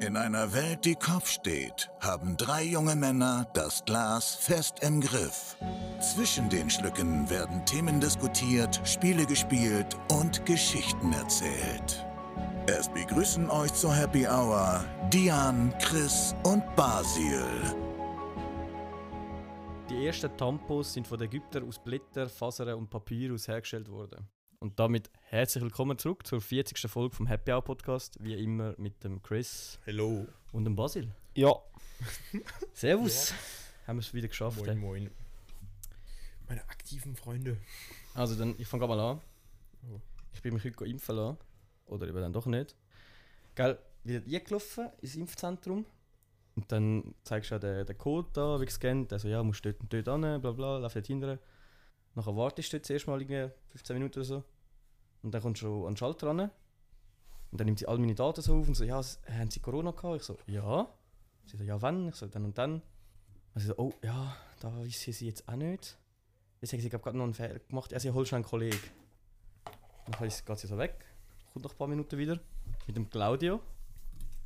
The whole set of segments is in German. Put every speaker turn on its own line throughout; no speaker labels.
In einer Welt, die Kopf steht, haben drei junge Männer das Glas fest im Griff. Zwischen den Schlücken werden Themen diskutiert, Spiele gespielt und Geschichten erzählt. Es begrüßen euch zur Happy Hour Dian, Chris und Basil.
Die ersten Tampons sind von den Ägyptern aus Blättern, Fasern und Papyrus hergestellt worden. Und damit herzlich willkommen zurück zur 40. Folge vom Happy Hour Podcast, wie immer mit dem Chris
Hallo.
und dem Basil.
Ja,
Servus! Haben wir es wieder geschafft.
Moin,
hä?
moin. Meine aktiven Freunde.
Also dann, ich fange mal an. Ich bin mich heute impfen lassen. Oder eben dann doch nicht. Gell, wieder eingelaufen ins Impfzentrum. Und dann zeigst du ja den, den Code da, wie gescannt. Also ja, musst dort und dort hin, bla bla, lauf dort hinterher. Nachher wartest du jetzt erstmal irgendwie 15 Minuten oder so. Und dann kommst du an den Schalter ran. Und dann nimmt sie all meine Daten so auf und so, ja, s- haben sie Corona gehabt? Ich so, ja. Sie so, ja, wann? Ich so, dann und dann. Also, oh, ja, da wissen sie jetzt auch nicht. Jetzt haben sie glaub, gerade noch einen Fehler gemacht. Also, ich hol schon einen Kollegen. Dann geht sie so weg. Kommt nach ein paar Minuten wieder. Mit dem Claudio.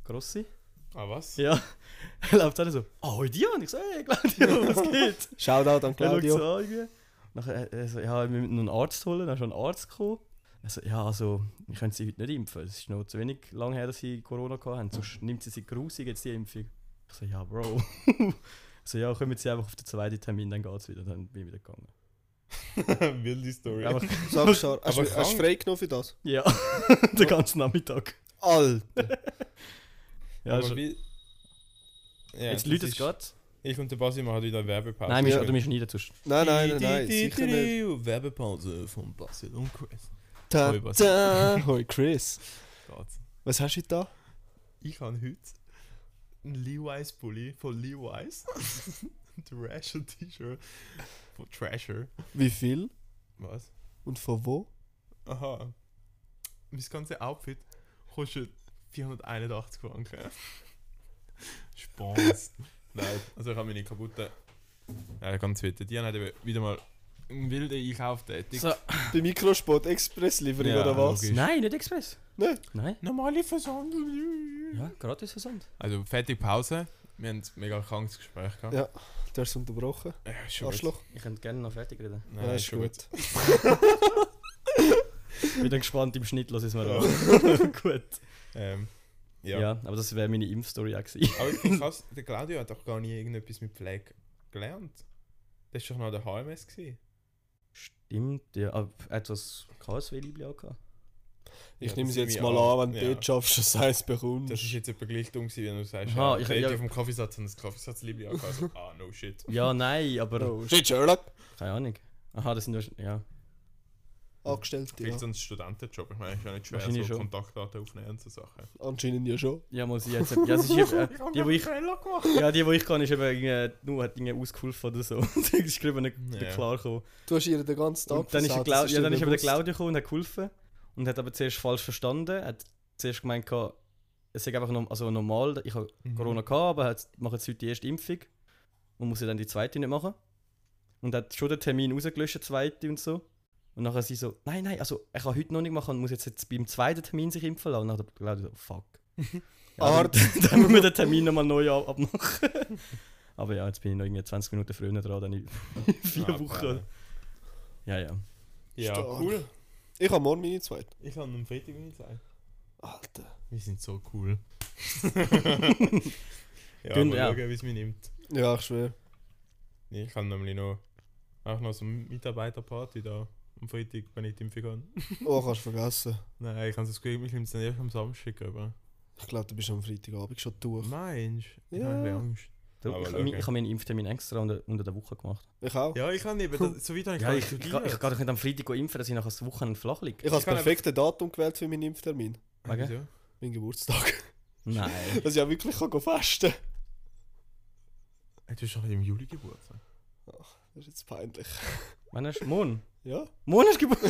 Grossi.
Ah, was?
Ja. Er läuft dann so. Ah, hoi dir. Und ich so, hey Claudio, was geht?
Shoutout an
Claudio.
Claudio.
So an, irgendwie. Nachher, er so, ja, wir müssen noch einen Arzt holen. Dann ist schon ein Arzt gekommen. Er so, ja, also, wir können sie heute nicht impfen. Es ist noch zu wenig lang her, dass sie Corona gehabt haben. Sonst nimmt sie sie grusig jetzt die Impfung. Ich so, ja, Bro. so, ja, kommen sie einfach auf den zweiten Termin, dann geht's wieder. Dann bin ich wieder gegangen.
Wilde Story.
Aber,
Sag schon,
Aber
hast du hast du
krank.
frei genommen für das?
ja, den ganzen Nachmittag.
Alter.
Ja,
Aber
schon.
wie- Ja,
also- Jetzt
das
läutet es
ist-
gerade.
Ich und der Basi machen wieder eine Werbepause.
Nein, wir
ja.
oder wir schneiden sonst.
Nein, nein, nein,
Die-
nein,
die- die-
sicher nicht.
die oh, Werbepause von Basi und Chris.
Ta
Hoi, Bas.
-ta. Hoi Chris.
Geht's.
Was hast du da?
Ich habe heute einen Levi's Pulli von Levi's. ein Trasher T-Shirt von Trasher.
Wie viel?
Was?
Und von wo?
Aha. Mein ganze Outfit kostet 481 Franken. Spaß. Nein, also ich habe meine kaputte. Ja, ganz weit. Die hat eben wieder mal einen wilden Einkauf tätig.
So.
Bei Mikrosport Expresslieferung
Ja,
oder was?
logisch.
Nein, nicht Express.
Nein.
Nein?
Normale Versand.
Ja, gratis Versand.
Also fertig Pause. Wir haben ein mega krankes Gespräch gehabt.
Ja. Du hast unterbrochen.
Ja, ist schon gut.
Arschloch.
Ich könnte gerne noch fertig reden.
Nein,
ja,
ist schon gut.
Ich bin gespannt, im Schnitt lass es mal
Ja.
an. Gut.
Ähm,
Ja.
ja.
aber das wäre meine Impfstory auch gewesen.
Aber ich finde krass, der Claudio hat doch gar nie irgendetwas mit Pflege gelernt. Das war doch noch der HMS. Gewesen.
Stimmt, ja. Aber etwas KSW-Liebling auch gehabt.
Ich
Ja,
nehme
das
es jetzt
nehme
mal
ich
an,
an.
wenn du
Ja.
dort schaffst, dass du eins bekommst.
Das ist jetzt etwa gleich dumm gewesen, wenn du sagst,
Aha,
ah,
ich-
ich hätte
ja.
auf dem Kaffeesatz und das Kaffeesatz liebe ich auch. Also, ah, no shit.
Ja, nein, aber.
Oh, shit, Sherlock.
Keine Ahnung. Aha, das sind wahrscheinlich. Ja.
Angestellt, ja.
Vielleicht so ein Studentenjob. Ich meine, ist ja nicht schwer,
Wahrscheinlich
so
schon.
Kontaktdaten aufnehmen und so Sachen.
Anscheinend ja schon.
Ja, muss ich jetzt. Ja, das ist eben, äh, die, wo ich,
Trailer gemacht.
ja, die, wo ich kann, ist eben irgendwie, nur hat irgendwie ausgeholfen oder so. das ist gerade nicht
Ja.
klar gekommen.
Du hast ihr den ganzen Tag
Und dann ist, der
versagt,
Clau
das
ja,
dir
dann ist aber der
bewusst.
Claudio gekommen und hat geholfen und hat aber zuerst falsch verstanden. hat zuerst gemeint, gehabt, es sei einfach norm- also normal, ich habe
Mhm.
Corona gehabt, aber hat- mache jetzt heute die erste Impfung und muss ja dann die zweite nicht machen. Und hat schon den Termin rausgelöscht, die zweite und so. Und nachher sie so, nein, nein, also er kann heute noch nicht machen und muss jetzt, jetzt beim zweiten Termin sich impfen lassen. Und dann hat der Claudio so, fuck. Ja, dann,
Arzt.
dann müssen wir den Termin nochmal neu ab- abmachen. aber ja, jetzt bin ich noch irgendwie 20 Minuten früher dran, dann in vier
Ah,
Wochen.
geil.
Ja, ja.
Ja,
Stark.
cool.
Ich habe morgen meine zweite.
Ich kann am Freitag nicht sein.
Alter.
Wir sind so cool. ja,
Gönn-
mal
ja.
schauen, wie es mich nimmt.
Ja, ich schwöre.
Nee, Ich kann nämlich noch auch noch so eine Mitarbeiterparty da am Freitag, wenn ich die Impfung kann.
Oh, kannst du vergessen.
Nein, ich kann es gut, mich nimmt es dann erst am Samstag, aber.
Ich glaube, du bist am Freitagabend schon durch.
Meinst du?
Ja.
Ich habe Angst.
Darum,
Aber
ich,
schau,
ich,
ja.
ich habe meinen Impftermin extra unter, unter der Woche gemacht.
Ich auch.
Ja, ich kann eben, das, so weit habe ich
Ja,
gar
ich,
nicht
ich, ich,
studiert.
ich kann am Freitag impfen, dass ich nachher das Wochenende flach liege.
Ich habe das
Ich kann
perfekte Datum gewählt für meinen Impftermin.
Wegen?
Wieso?
Mein Geburtstag.
Nein.
Dass ich auch wirklich kann gehen festen kann.
Hey, Du hast doch im Juli Geburtstag.
Das ist jetzt peinlich.
Wann hast du? Morgen?
Ja?
Morgen hast du Geburtstag.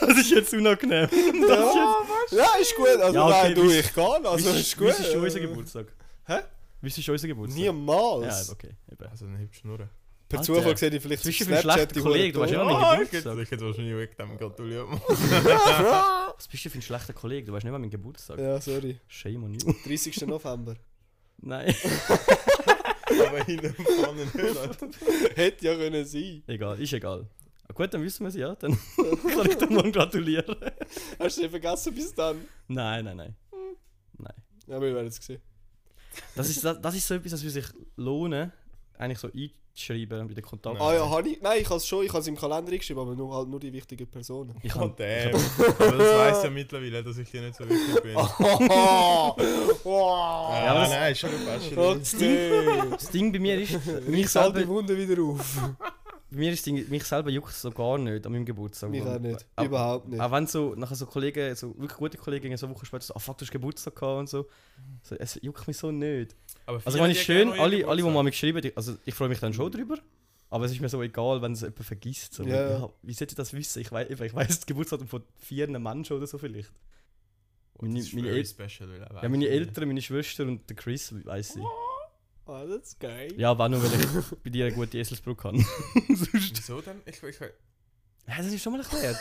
das ist jetzt unangenehm. Das ist jetzt...
Ja, ist gut. Also
Ja, okay,
nein, du,
wieso-
ich kann. Also
Wieso-
ist gut.
wieso ist unser Geburtstag?
Hä?
Wieso ist unser Geburtstag?
Niemals.
Ja, okay. Eben.
Also dann hebst du Schnurren.
Per
Alter.
Zufall sehe ich vielleicht auf
Zwischen schlechter
die
Kollege, du
Hure
weißt ja
tot.
nicht,
Ah,
wann mein
ich hätte
Geburtstag
ich hätte wahrscheinlich wegen dem gratuliert.
Was bist du für ein schlechter Kollege? Du weißt nicht, wann mein Geburtstag ist.
Ja, sorry.
Shame on you.
30. November.
Nein.
Aber hinten und vorne nicht. Also, Alter.
Hätte ja können sein.
egal, ist egal. Ah, gut, dann wissen wir es ja. Dann kann ich dir morgen gratulieren.
Hast du den vergessen bis dann?
Nein, nein, nein. Nein.
Ja, wir werden es sehen.
Das ist, das, das ist so etwas, das würde sich lohnen, eigentlich so einzuschreiben bei den Kontakten.
Ah ja, habe ich. Nein, ich habe es schon. Ich habe es im Kalender geschrieben, aber nur, halt nur die wichtigen Personen.
Ich
Oh,
kann,
damn. Aber das weiss ja mittlerweile, dass ich dir nicht so wichtig bin.
wow!
Ah,
Ah, aber das- Also,
nein, ist schon gepasst.
Okay.
das Ding bei mir ist, mich
Ich sah die
selber,
Wunde wieder auf.
bei mir ist das Ding, mich selber juckt es so gar nicht an meinem Geburtstag.
Mich auch nicht.
Auch-
Überhaupt nicht.
Auch wenn so nachher so Kollegen, so wirklich gute Kollegen, so Wochen später so, ah fuck, du hast Geburtstag gehabt und so. so es juckt mich so nicht.
Aber
Also ich
feiert
meine,
ihr
es ist schön,
gerne euren
alle, alle, die
Geburtstag?
mal geschrieben haben, also ich freue mich dann schon drüber, aber es ist mir so egal, wenn es jemand vergisst. So,
Ja.
ja, wie sollte ich das wissen? Ich weiß, ich weiß das Geburtsdatum von vier Menschen oder so vielleicht.
Oh, das
Meine-
ist
meine
very
El-
special, weil er
Ja,
weiss
meine
nicht.
Eltern, meine Schwester und der Chris, weiß ich.
Ah, das ist geil.
Ja, war nur, weil ich bei dir eine gute Eselsbrücke habe. Sonst.
Wieso denn? Ich, ich,
Ja, das ist schon mal erklärt.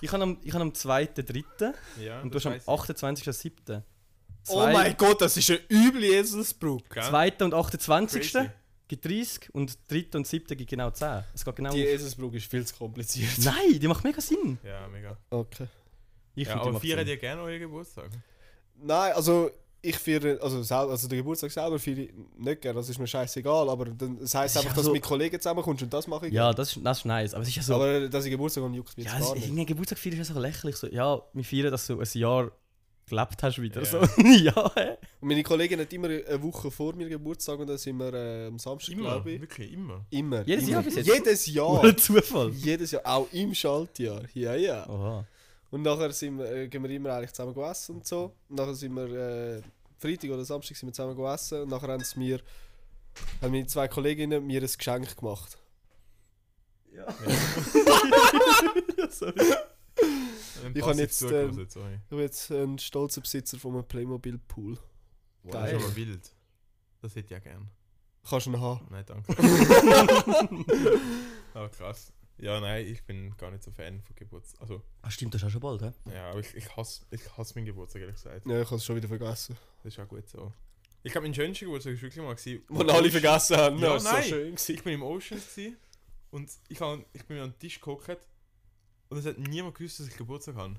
Ich habe am, ich habe am 2.3.
ja,
und du
das
hast am
weiss ich.
28.7.
Oh
Zwei- Genau.
mein Gott, das ist eine üble Eselsbrücke.
Gell?
2. und 28.
Crazy.
gibt 30 und 3. und 7. gibt genau 10. Es geht genau
Die
auf.
Eselsbrücke ist viel zu kompliziert.
Nein, die macht mega Sinn.
Ja, mega.
Okay.
Ich
Ja,
finde, die
aber
macht
feiern
Sinn.
dir gerne euren Geburtstag?
Nein, also ich feiere, also, sel- also den Geburtstag selber feiere ich nicht gerne, das ist mir scheißegal, aber dann, das heisst
ist
einfach,
ja
dass
so-
du mit Kollegen zusammenkommst und das mache ich.
Ja, das ist, das ist nice. Aber es ist ja so.
Aber äh, dass ich Geburtstag habe, juckt mich
ja,
jetzt
es,
gar nicht.
irgendein Geburtstag feiern ist ja so lächerlich. So, ja, wir feiern, dass du ein Jahr gelebt hast wieder.
Ja.
So, ja, hä?
Und meine Kollegin hat immer eine Woche vor mir Geburtstag und dann sind wir äh, am Samstag,
Immer,
glaube ich.
wirklich immer.
Immer.
Jedes
immer.
Jahr bis jetzt?
Jedes Jahr.
Oder Zufall.
Jedes Jahr, auch im Schaltjahr. Ja, ja.
Oha.
Und nachher sind wir, äh, gehen wir immer eigentlich zusammen essen und so. Und nachher sind wir äh, Freitag oder Samstag sind wir zusammen essen und nachher haben sie mir, haben meine zwei Kolleginnen mir ein Geschenk gemacht.
ja, sorry.
Ein
Ich
Passiv
hab jetzt,
zugehört,
ähm,
sorry.
Ich bin jetzt ein stolzer Besitzer von einem Playmobil-Pool.
Das
geil.
ist aber wild. Das hätte ich ja gern.
Kannst du ihn haben?
Nein, danke. aber krass. Ja, nein, ich bin gar nicht so Fan von Geburtstag. Also,
Ah, stimmt, das ist auch schon bald, hä?
ja, aber ich, ich hasse ich hasse meinen Geburtstag, ehrlich gesagt.
Ja, ich habe es schon wieder vergessen.
Das ist auch gut so. Ich glaube, mein schönster Geburtstag war wirklich mal... Gewesen,
Wo alle vergessen haben.
Ja,
Ja, das war
nein.
so schön. Gewesen.
Ich bin im Oceans gewesen, und ich, han, ich bin mir an den Tisch gehockt und es hat niemand gewusst, dass ich Geburtstag habe.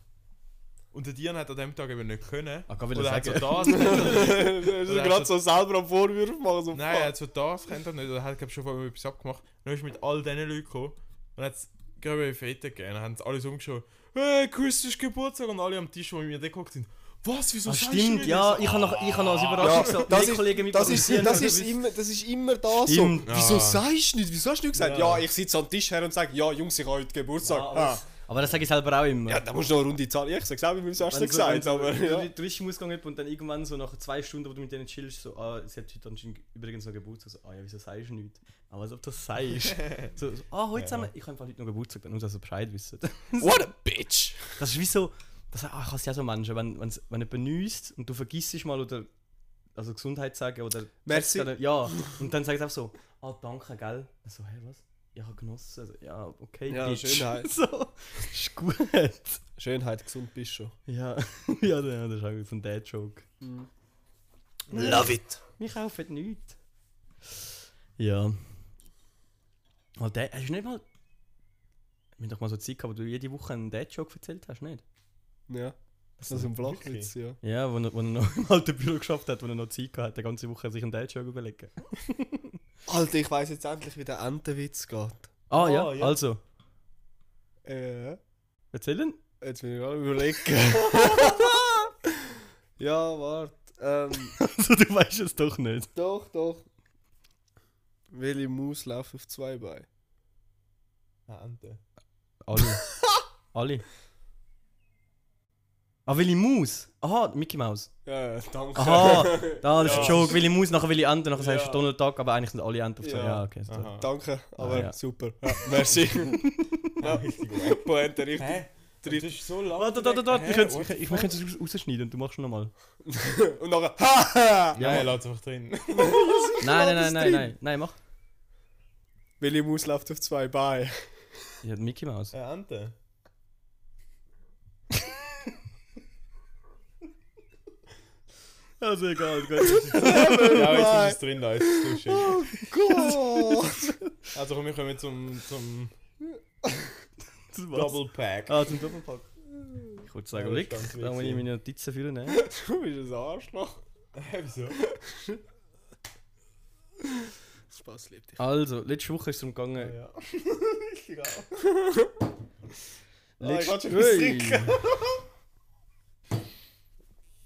Und der Dian hat an dem Tag eben nicht können.
Ah, kann wieder
Oder hat so
sagen.
das.
du
Oder
gerade
hast
so selber am Vorwürfen machen. So
Nein, er
fuck.
hat so das kennt er nicht. Er hat glaub, schon vorher etwas abgemacht. Dann ist mit all diesen Leuten gekommen und hat es gerade eine Fete gegeben. Dann haben sie alles umgeschaut. Hey, Chris ist Geburtstag und alle am Tisch, die mit mir da gehockt sind. Was? Wieso
Ah,
sagst du mir
stimmt,
das?
ja, ich habe noch, ich hab noch als
Ja,
Überraschung
das, ist, das, ist, das, ist
immer.
immer, das ist immer da so.
Stimmt.
Wieso
Ah.
sagst du nicht? Wieso hast du nicht gesagt?
Ja.
Ja, ich sitze am Tisch her und sage, ja, Jungs, ich habe heute Geburtstag.
Ja,
Ah.
aber, aber das sage ich selber auch immer.
Ja, da musst du noch eine runde Zahl. Ja, ich sag's auch, wie wir es erst
Wenn
gesagt
so,
aber
wenn so,
ja.
Wenn du durch den Ausgang bist und dann irgendwann so nach zwei Stunden, wo du mit denen chillst, so, ah, es hat heute anscheinend übrigens noch Geburtstag. So, ah ja, wieso sagst du nichts? Aber als ob du das sagst. so, so, ah, heute zusammen, ich kann einfach heute noch Geburtstag, nur dass ihr Bescheid wisst.
What a bitch!
Das ist wie so, das ah, kannst ja so Menschen, wenn, wenn's, wenn jemand niest und du vergisst mal oder also Gesundheit sagen oder
Merci.
Oder, ja, und dann sagst du einfach so, ah danke, gell? Also, hä, was? Ja, genossen. Also, ja, okay,
Ja,
Bitch.
Schönheit.
so, ist gut.
Schönheit, gesund bist schon.
Ja, ja, das ist auch so ein Dad-Joke.
Mhm. Love it!
Wir kaufen nichts. Ja. Mal der, hast du nicht mal... Wir haben doch mal so Zeit gehabt, wo du jede Woche einen Dad-Joke erzählt hast, nicht?
Ja. Das ist ein Flachwitz, ja.
Ja, wo er, wo er noch im alten Büro geschafft hat, wo er noch Zeit gehabt hat, die ganze Woche sich einen Dad-Joke überlegen.
Alter, ich weiss jetzt endlich, wie der Entenwitz geht.
Ah
ja,
ja,
ja.
also.
Äh,
Erzählen?
jetzt bin ich gerade überlegen. ja, warte. Ähm,
Also du weißt es doch nicht.
doch, doch. Welche Maus läuft auf zwei Beinen?
Ah, Ante.
Alle. Alle. Ah, Willy Maus. Aha, Mickey Mouse.
Ja, ja, danke.
Aha, da, das ist
Ja.
ein Joke. Willy Maus, nachher Willy Ente, nachher sagst
Ja.
du Donald Duck, aber eigentlich sind alle Enten auf zwei.
Ja.
Ja, okay. So.
Aha.
Danke, aber
Ah, ja.
super. Ja, merci.
Ah, richtig gut.
Pointe richtig.
Hä? Das ist so lang.
Warte, warte, warte, wir
Hä?
können's-
What the
wir
fuck?
können es rausschneiden und du machst schon nochmal.
Und nachher. Ha!
Nein, lass einfach drin.
Nein, nein, nein, nein, nein, nein, mach.
Welche Maus läuft auf zwei Beinen?
Ich hatte Mickey Mouse.
Eine Ente.
Also egal, gut.
ja, jetzt ist es drin, da jetzt ist es lustig.
Gott!
Also komm, wir kommen zum, zum
Das war's.
Double Pack.
Ah, zum Doppelpack. Ich würde
Ja,
sagen,
das
Blick,
ist ganz
da muss ich
witzig.
meine Notizen führen. ne?
du bist ein Arschloch.
Hä, wieso?
Spaß liebt dich.
Also, letzte Woche ist es darum
Ja,
gegangen.
ja. Egal. Ah, ich
Letzte
wollte schon etwas trinken.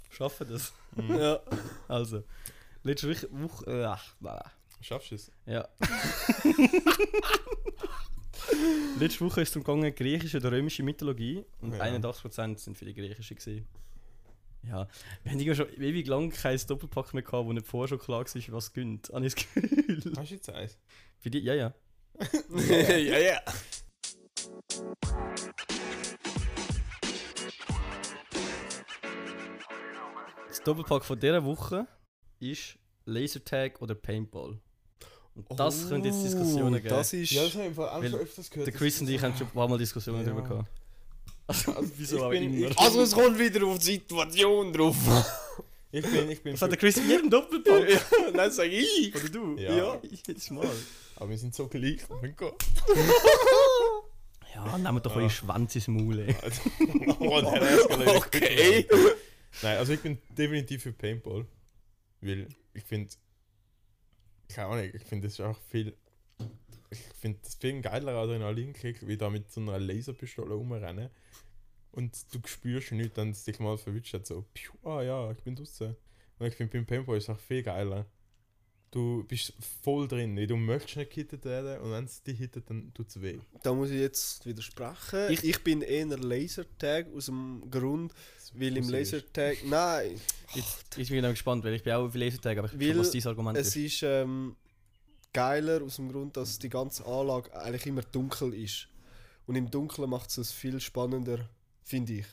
Schaffen das.
Ja.
Also, letzte Woche. Woche äh, ach, bah.
Schaffst du es?
ja. letzte Woche ist es darum gegangen, griechische oder römische Mythologie. Und
Ja.
81% sind für die griechische. Gewesen. Ja, wir haben irgendwie schon ewig lang kein Doppelpack mehr gehabt, wo nicht vorher schon klar war, für was gönnt. An das Gefühl.
Hast du jetzt eins?
Für die, ja, ja.
ja, ja.
Das Doppelpack von dieser Woche ist Lasertag oder Paintball. Und das
Oh,
können jetzt Diskussionen geben.
Oh, Das ist.
habe ich im Fall auch
Weil
öfters gehört.
Der Chris und ich haben schon ein paar Mal Diskussionen
Ja.
darüber gehabt. Also, wieso
ich
auch
bin-
immer.
ich-
also, es kommt wieder auf die Situation drauf.
Ich bin, ich bin...
Das hat der Chris in jedem Doppelpack.
Dann sage ich.
Oder du?
Ja.
Jedes Mal.
Aber wir sind so gleich. oh Mein Gott.
Ja, nehmen wir doch
Ah.
euren Schwanz ins Maul. ey.
Oh, der eskaliert.
Okay.
Nein, also ich bin definitiv für Paintball. Weil ich finde. Keine Ahnung, ich finde das ist auch viel. Ich finde das viel geiler Adrenalinkick, wie da mit so einer Laserpistole rumrennen. Und du spürst nicht, wenn es dich mal verwischt hat, so, piu, ah ja, ich bin draußen. Und ich finde, beim Paintball ist es auch viel geiler. Du bist voll drin, weil du möchtest nicht gehittet werden und wenn es dich hittet, dann tut es weh.
Da muss ich jetzt widersprechen. Ich,
Ich-
ich bin eher Lasertag aus dem Grund, weil im Lasertag. Nein,
Jetzt, jetzt bin ich noch gespannt, weil ich bin auch für Lasertag, aber ich weiß
Weil
schon, was dein Argument
es
ist.
ist ähm, geiler aus dem Grund, dass die ganze Anlage eigentlich immer dunkel ist. Und im Dunkeln macht es es viel spannender, finde ich.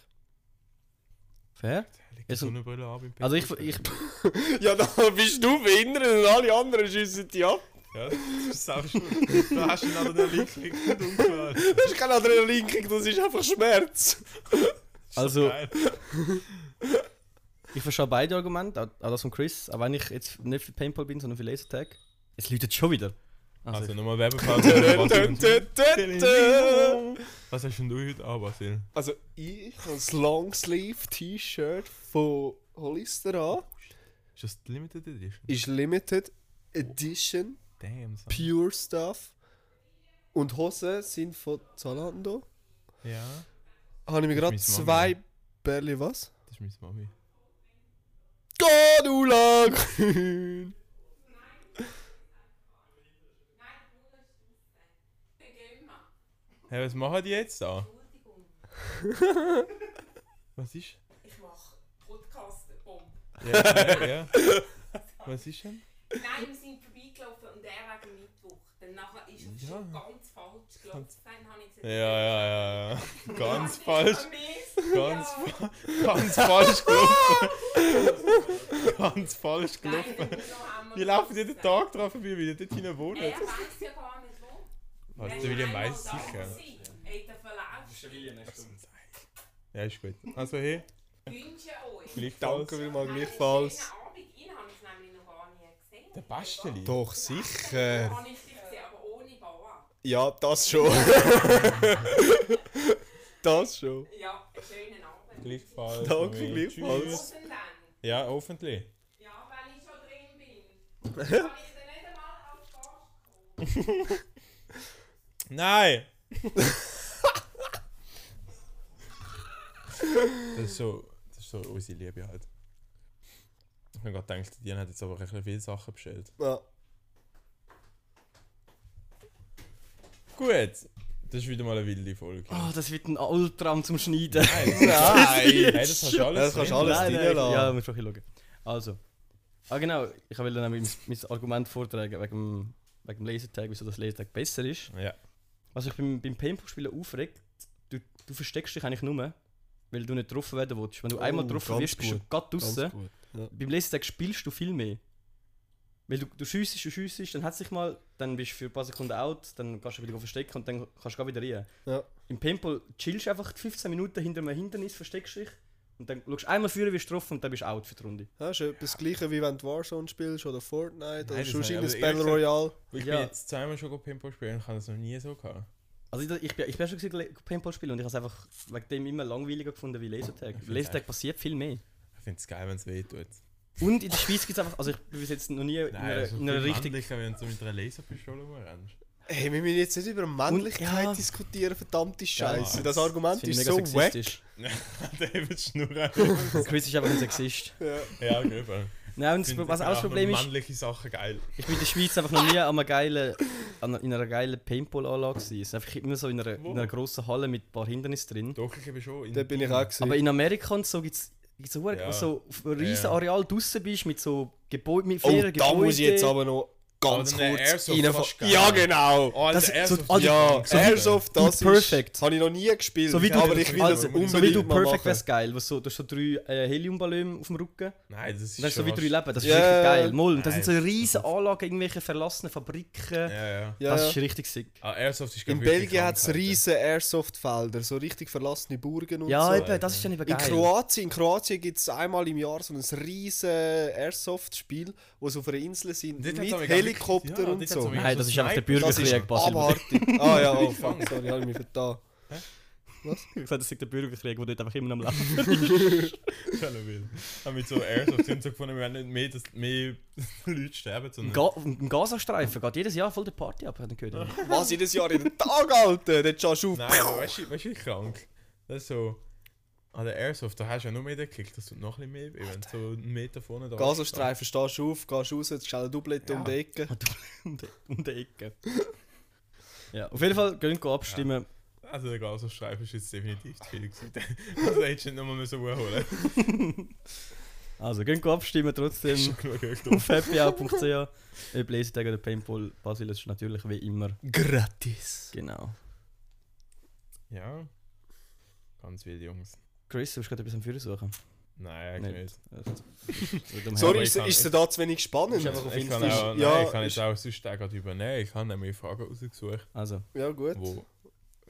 Fair?
Legt so eine Brille an beim Paintball.
Also ich, ich,
Ja, da bist du behindert und alle anderen schiessen dich ab.
Ja, das ist auch schon. Da hast du ihn an den Linkling dunkel.
Das ist kein Adrenalinkick, das ist einfach Schmerz.
also Ich verstehe beide Argumente, auch auch das von Chris, auch wenn ich jetzt nicht für Paintball bin, sondern für Lasertag. Es läutet schon wieder. Also,
Also nochmal Werbepause. Was hast denn du heute an, Basil?
Also ich habe das Longsleeve T-Shirt von Hollister an.
Ist das die Limited Edition?
Ist Limited Edition,
Damn, son.
Pure Stuff. Und Hosen sind von Zalando.
Ja,
Habe ich mir gerade
muss man
zwei Bärli was?
das ist meine Mami.
Ganula grün.
Hey, was machen die jetzt da? Was ist?
Ich mache Podcast. Bomb.
Ja, ja, ja. Was ist denn?
Nein, wir sind vorbeigelaufen und er wegen Mittwoch. Dann nachher ist es
Ja.
schon ganz falsch gelaufen. Dann habe ich gesagt,
Ja, ja, ja, ja. Ganz
das ist
falsch.
ein Mist.
Ganz,
Ja.
fa ganz falsch gelaufen. ganz falsch
Nein,
gelaufen.
Bruno haben wir
Die laufen jeden Tag drauf vorbei, weil die dort hinten
Er
wohnen.
weiß ja gar nicht wo.
Warte, der
Er ist
William
einmal
weiß
da
sicher.
gewesen. Ey, der Verlauf.
Ja, ist gut. Also hey,
Wünsche euch.
gleichfalls.
Danke vielmals
Nein,
gleichfalls.
schönen Abend. Ihn habe ich nämlich noch gar nie gesehen.
Der Basteli.
Doch sicher.
Habe ich dich gesehen, aber ohne Bauer.
Ja, das schon. das schon.
Ja, einen schönen Abend.
Gleichfalls.
Danke,
Mami.
gleichfalls.
Tschüss.
Hosen dann.
Ja, hoffentlich.
Ja, wenn ich schon drin bin. Kann ich dann nicht einmal als Gast kommen?
Nein! das, ist so, das ist so unsere Liebe halt. Ich habe gerade gedacht, die hat jetzt aber ein bisschen viele Sachen bestellt.
Ja.
Gut, das ist wieder mal eine wilde Folge.
Ah.
oh, das wird ein Ultram zum Schneiden.
Nein!
Hey, das hast du alles.
Das kannst du
drin.
alles reinlassen.
Ja, muss schon ein bisschen schauen. Also. Ah genau, ich wollte nämlich mein, mein Argument vortragen wegen dem, wegen dem Lasertag, wieso das Lasertag besser ist.
Ja.
Was mich beim, beim Paintball-Spielen aufregt, du, du versteckst dich eigentlich nur, weil du nicht getroffen werden willst. Wenn du
Oh,
einmal getroffen
ganz
wirst, bist du
gut.
gerade
Ganz
draußen.
gut.
Beim Lasertag spielst du viel mehr. Weil du, du schiessest, du schiessest, dann hat sich mal, dann bist du für ein paar Sekunden out, dann kannst du wieder verstecken und dann kannst du gar wieder rein.
Ja.
Im Paintball chillst du einfach 15 Minuten hinter einem Hindernis, versteckst dich und dann schaust du einmal führen, wie du getroffen und dann bist du out für die Runde.
Ja, ist etwas das gleiche wie wenn du Warzone spielst oder Fortnite oder
das
sonst
habe ich-
also
aber
irgendein
ehrlich
Battle Royale.
Ich
Ja.
bin jetzt zweimal schon Paintball spielen und kann das noch nie so gehabt.
Also ich, ich, bin, ich bin schon gesehen, Paintball spielen und ich habe es einfach wegen dem immer langweiliger gefunden wie Lasertag.
find's
Lasertag passiert viel mehr.
Ich finde es geil, wenn es weh tut.
Und in der Schweiz gibt es einfach, also ich bin bis jetzt noch nie in einer,
also
in einer richtigen...
wenn du so mit einer Laserpistole rumrennst.
Hey, wir müssen jetzt nicht über Männlichkeit
ja.
diskutieren, verdammte Scheiße. das
Das
Argument
finde ich
ist
mega
so wack.
sexistisch.
David Schnurren.
Chris ist einfach ein Sexist.
ja, gell.
Nein, und das, was auch das Problem ist,
Ah, Männliche Sachen geil.
ich bin in der Schweiz einfach noch nie an einer geilen, an einer, in einer geilen Paintball-Anlage gewesen. Es ist einfach immer so in einer, in einer grossen Halle mit ein paar Hindernissen drin.
Doch, ich eben schon. In
Da bin ich auch gewesen.
Aber in Amerika und so gibt es so hure-
Ja.
wo so auf einem riesen
Ja.
Areal draussen bist mit so Gebäuden, mit
oh,
vielen
da
Gebäuden.
muss ich jetzt aber noch ganz
Aber dann
kurz
Airsoft
reinfa-
fast geil.
Ja, genau.
Oh, Alter,
Das- so-
Airsoft-
also-
ja,
so-
Airsoft, das
Dude Perfect.
ist... habe ich noch nie gespielt,
so wie du,
aber ich will
also,
das
so wie
unbedingt
du
mal
Perfect wäre
machen.
geil, wo so, du hast so drei äh, Heliumballons auf dem Rücken.
Nein, das ist
Das ist so wie
schon
drei
fast-
Leben, das ist
Ja.
richtig geil. Moll, und das
Nein,
sind so riesige Anlagen, irgendwelche verlassenen Fabriken.
Ja, ja.
Ja,
Das
ja.
ist richtig sick.
Ah, Airsoft ist glaub
In
ich, wirklich
Belgien hat es
Krankheit, ja.
riesige Airsoft-Felder, so richtig verlassene Burgen und
Ja,
so.
eben, das ist dann eben
In
geil.
Kroatien, in Kroatien gibt es einmal im Jahr so ein riesen Airsoft-Spiel, wo sie auf einer Insel sind,
Dort hat's
mit
aber gar
Helikopter
nichts- ja,
und
dort
so.
hat's aber-
Nein, das ist einfach der
Sniper.
Das ist
Bürgerkrieg, Basil.
abartig. Ah ja, oh
Ich
fuck,
fang.
sorry, habe ich mich vertan.
Ich gesagt, das ist der Bürgerkrieg, der dort einfach immer am Laufen
Schon wild. Aber mit so Airsoft sind so gefunden, wir werden nicht mehr, dass mehr Leute sterben, sondern.
ist. Im Gazastreifen geht jedes Jahr voll der Party ab, hat er gehört.
Was, jedes Jahr in den Tag, Alter? Dort schaust du auf.
Nein, aber weißt du, weißt du, wie krank? Das ist so. An der Airsoft, da hast du ja nur mehr den Kick, das tut noch ein bisschen mehr weh, wenn du so einen Meter vorne da
Gazastreifen, stehst du auf, gehst raus, jetzt schnell ein Doublette um die Ecke.
um, die, um die Ecke. Ja, auf jeden Fall gehen wir abstimmen.
Also der Gazastreifen ist jetzt definitiv zu viel gewesen. Also da hättest du nicht nochmal müssen holen.
Also gehen wir abstimmen trotzdem
Genug
auf happyhour.ch. Ob Lesetag oder Paintball, Basil ist natürlich wie immer.
Gratis.
Genau.
Ja. Ganz wild, Jungs.
Chris, du musst gerade etwas am Führer suchen. Äh, also,
Nein,
Nicht.
eigentlich nicht.
Sorry,
aber
ist,
ich kann-
ist dir da zu wenig spannend?
Ist einfach auf
Ich kann,
Insta-
auch,
ja,
nein, ich kann jetzt
ist-
auch sonst den gerade übernehmen. Ich habe nämlich Fragen rausgesucht,
Also,
Ja, gut.
wo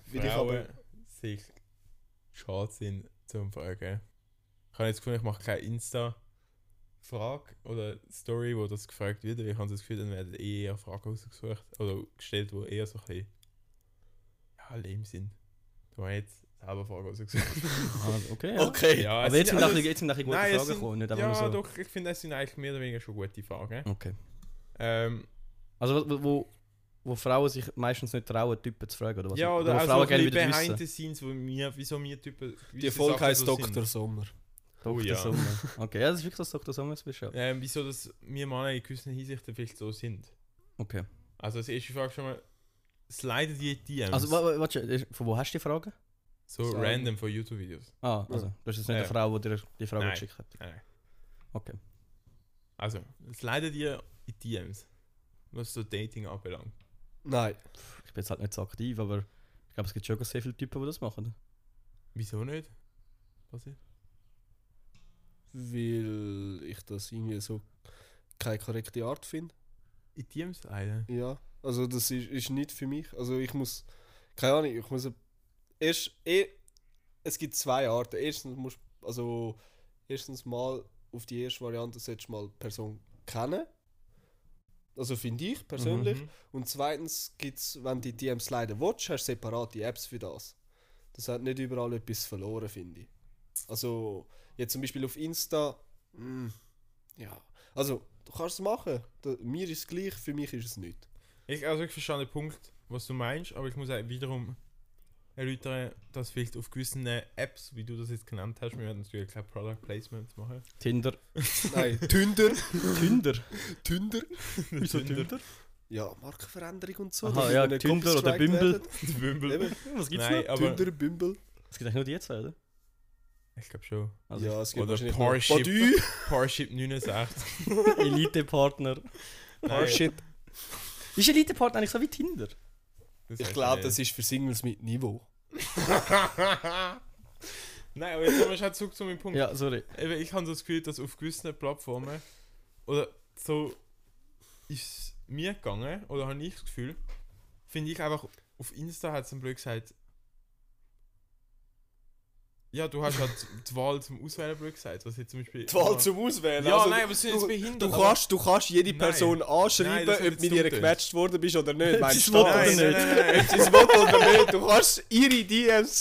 Will ich
Frauen
aber-
sich schade sind zum Fragen. Ich habe jetzt gefunden, ich mache keine Insta-Frage oder Story, wo das gefragt wird. weil Ich habe das Gefühl, dann werden eh eher Fragen rausgesucht oder gestellt, die eher so ein bisschen ja, lame sind. Da habe ich jetzt selber Fragen rausgesucht.
also okay. Ja.
Okay.
ja, es
Aber jetzt
sind
sind auch
Oh, alles-
jetzt sind auch gute
Nein, es
Fragen
sind-
gekommen, nicht einfach
Ja,
nur so.
doch, ich finde, es sind eigentlich mehr oder weniger schon gute Fragen.
Okay.
Ähm,
Also wo- wo, wo Frauen sich meistens nicht trauen, Typen zu fragen, oder was?
ja, oder
wo
auch
Frauen
so ein
gerne
bisschen
wieder
behind
wissen.
the scenes, wo wir, wieso wir Typen
Die
gewisse
Folge
Sachen
heisst
so
Dr.
sind.
Sommer.
Oh
Dr.
ja.
Sommer. Okay, ja, das ist wirklich so, dass Dr. Sommer bist ja.
Ähm, wieso, dass wir Männer in gewissen Hinsichten vielleicht so sind.
Okay.
Also als erste Frage schon mal, sliden die DMs?
Also, wa- wa- warte, ist- von wo hast du die Frage?
so
Sliden.
random von YouTube-Videos.
Ah, also, du hast jetzt nicht
Ja.
eine Frau, die dir die Frage
Nein.
geschickt hat.
Nein.
Okay.
Also, sliden die in DMs, was so Dating anbelangt.
Nein.
Ich bin jetzt halt nicht so aktiv, aber ich glaube, es gibt schon sehr viele Typen, die das machen.
Wieso nicht? Was ist?
Weil ich das irgendwie so keine korrekte Art finde.
In DMs sliden?
Ja, also das ist, ist nicht für mich. Also ich muss, keine Ahnung, ich muss erst, eh, es gibt zwei Arten. Erstens musst also erstens mal auf die erste Variante solltest du mal die Person kennen. Also finde ich persönlich.
Mhm.
Und zweitens gibt es, wenn du die DMs leiden willst, hast du separate Apps für das. Das hat nicht überall etwas verloren, finde ich. Also, jetzt zum Beispiel auf Insta, mm, ja. Also, du kannst es machen. Da, mir ist es gleich, für mich ist es nicht.
Ich, also ich verstehe den Punkt, was du meinst, aber ich muss auch wiederum erläutern, dass vielleicht auf gewissen Apps, wie du das jetzt genannt hast, wir werden natürlich kein Product Placement machen.
Tinder.
Nein, Tünder.
Tinder?
Tünder?
Wieso
Tinder.
Tinder?
Ja, Markenveränderung und so.
Aha,
dass
ja,
wir
Tünder oder
gestriked
Bimbel.
werden.
Die Wimbel.
Eben,
Was gibt's
Nein,
noch?
aber
Tünder, Bimbel.
Es gibt eigentlich nur die zwei, oder?
ich glaube schon.
Also
ja, es gibt
oder
wahrscheinlich
Parship.
noch Badu.
Parship 69.
Elite-Partner.
Parship.
Ist Elite-Partner eigentlich so wie Tinder?
Ich glaube, das ist für Singles mit Niveau.
Nein, aber jetzt haben wir schon zurück zu meinem Punkt.
Ja, sorry.
Eben, Ich habe so das Gefühl, dass auf gewissen Plattformen oder so ist mir gegangen, oder habe ich das Gefühl, finde ich einfach, auf Insta hat es ein blöd gesagt, ja, du hast halt die Wahl zum Auswählen blöd gesagt, was jetzt zum Beispiel...
Die Wahl zum Auswählen.
Ja,
also,
nein, aber sie sind jetzt
du,
behindert,
Du
aber-
kannst, du kannst jede
Nein.
Person
Nein,
anschreiben,
das hat
ob du
jetzt
mit ihr
dumm getönt.
gemetscht worden bist oder nicht.
sie
Meinst
es
du
will
das?
Nein, nein, nein, nein,
Ob sie es will oder nicht. Du kannst ihre DMs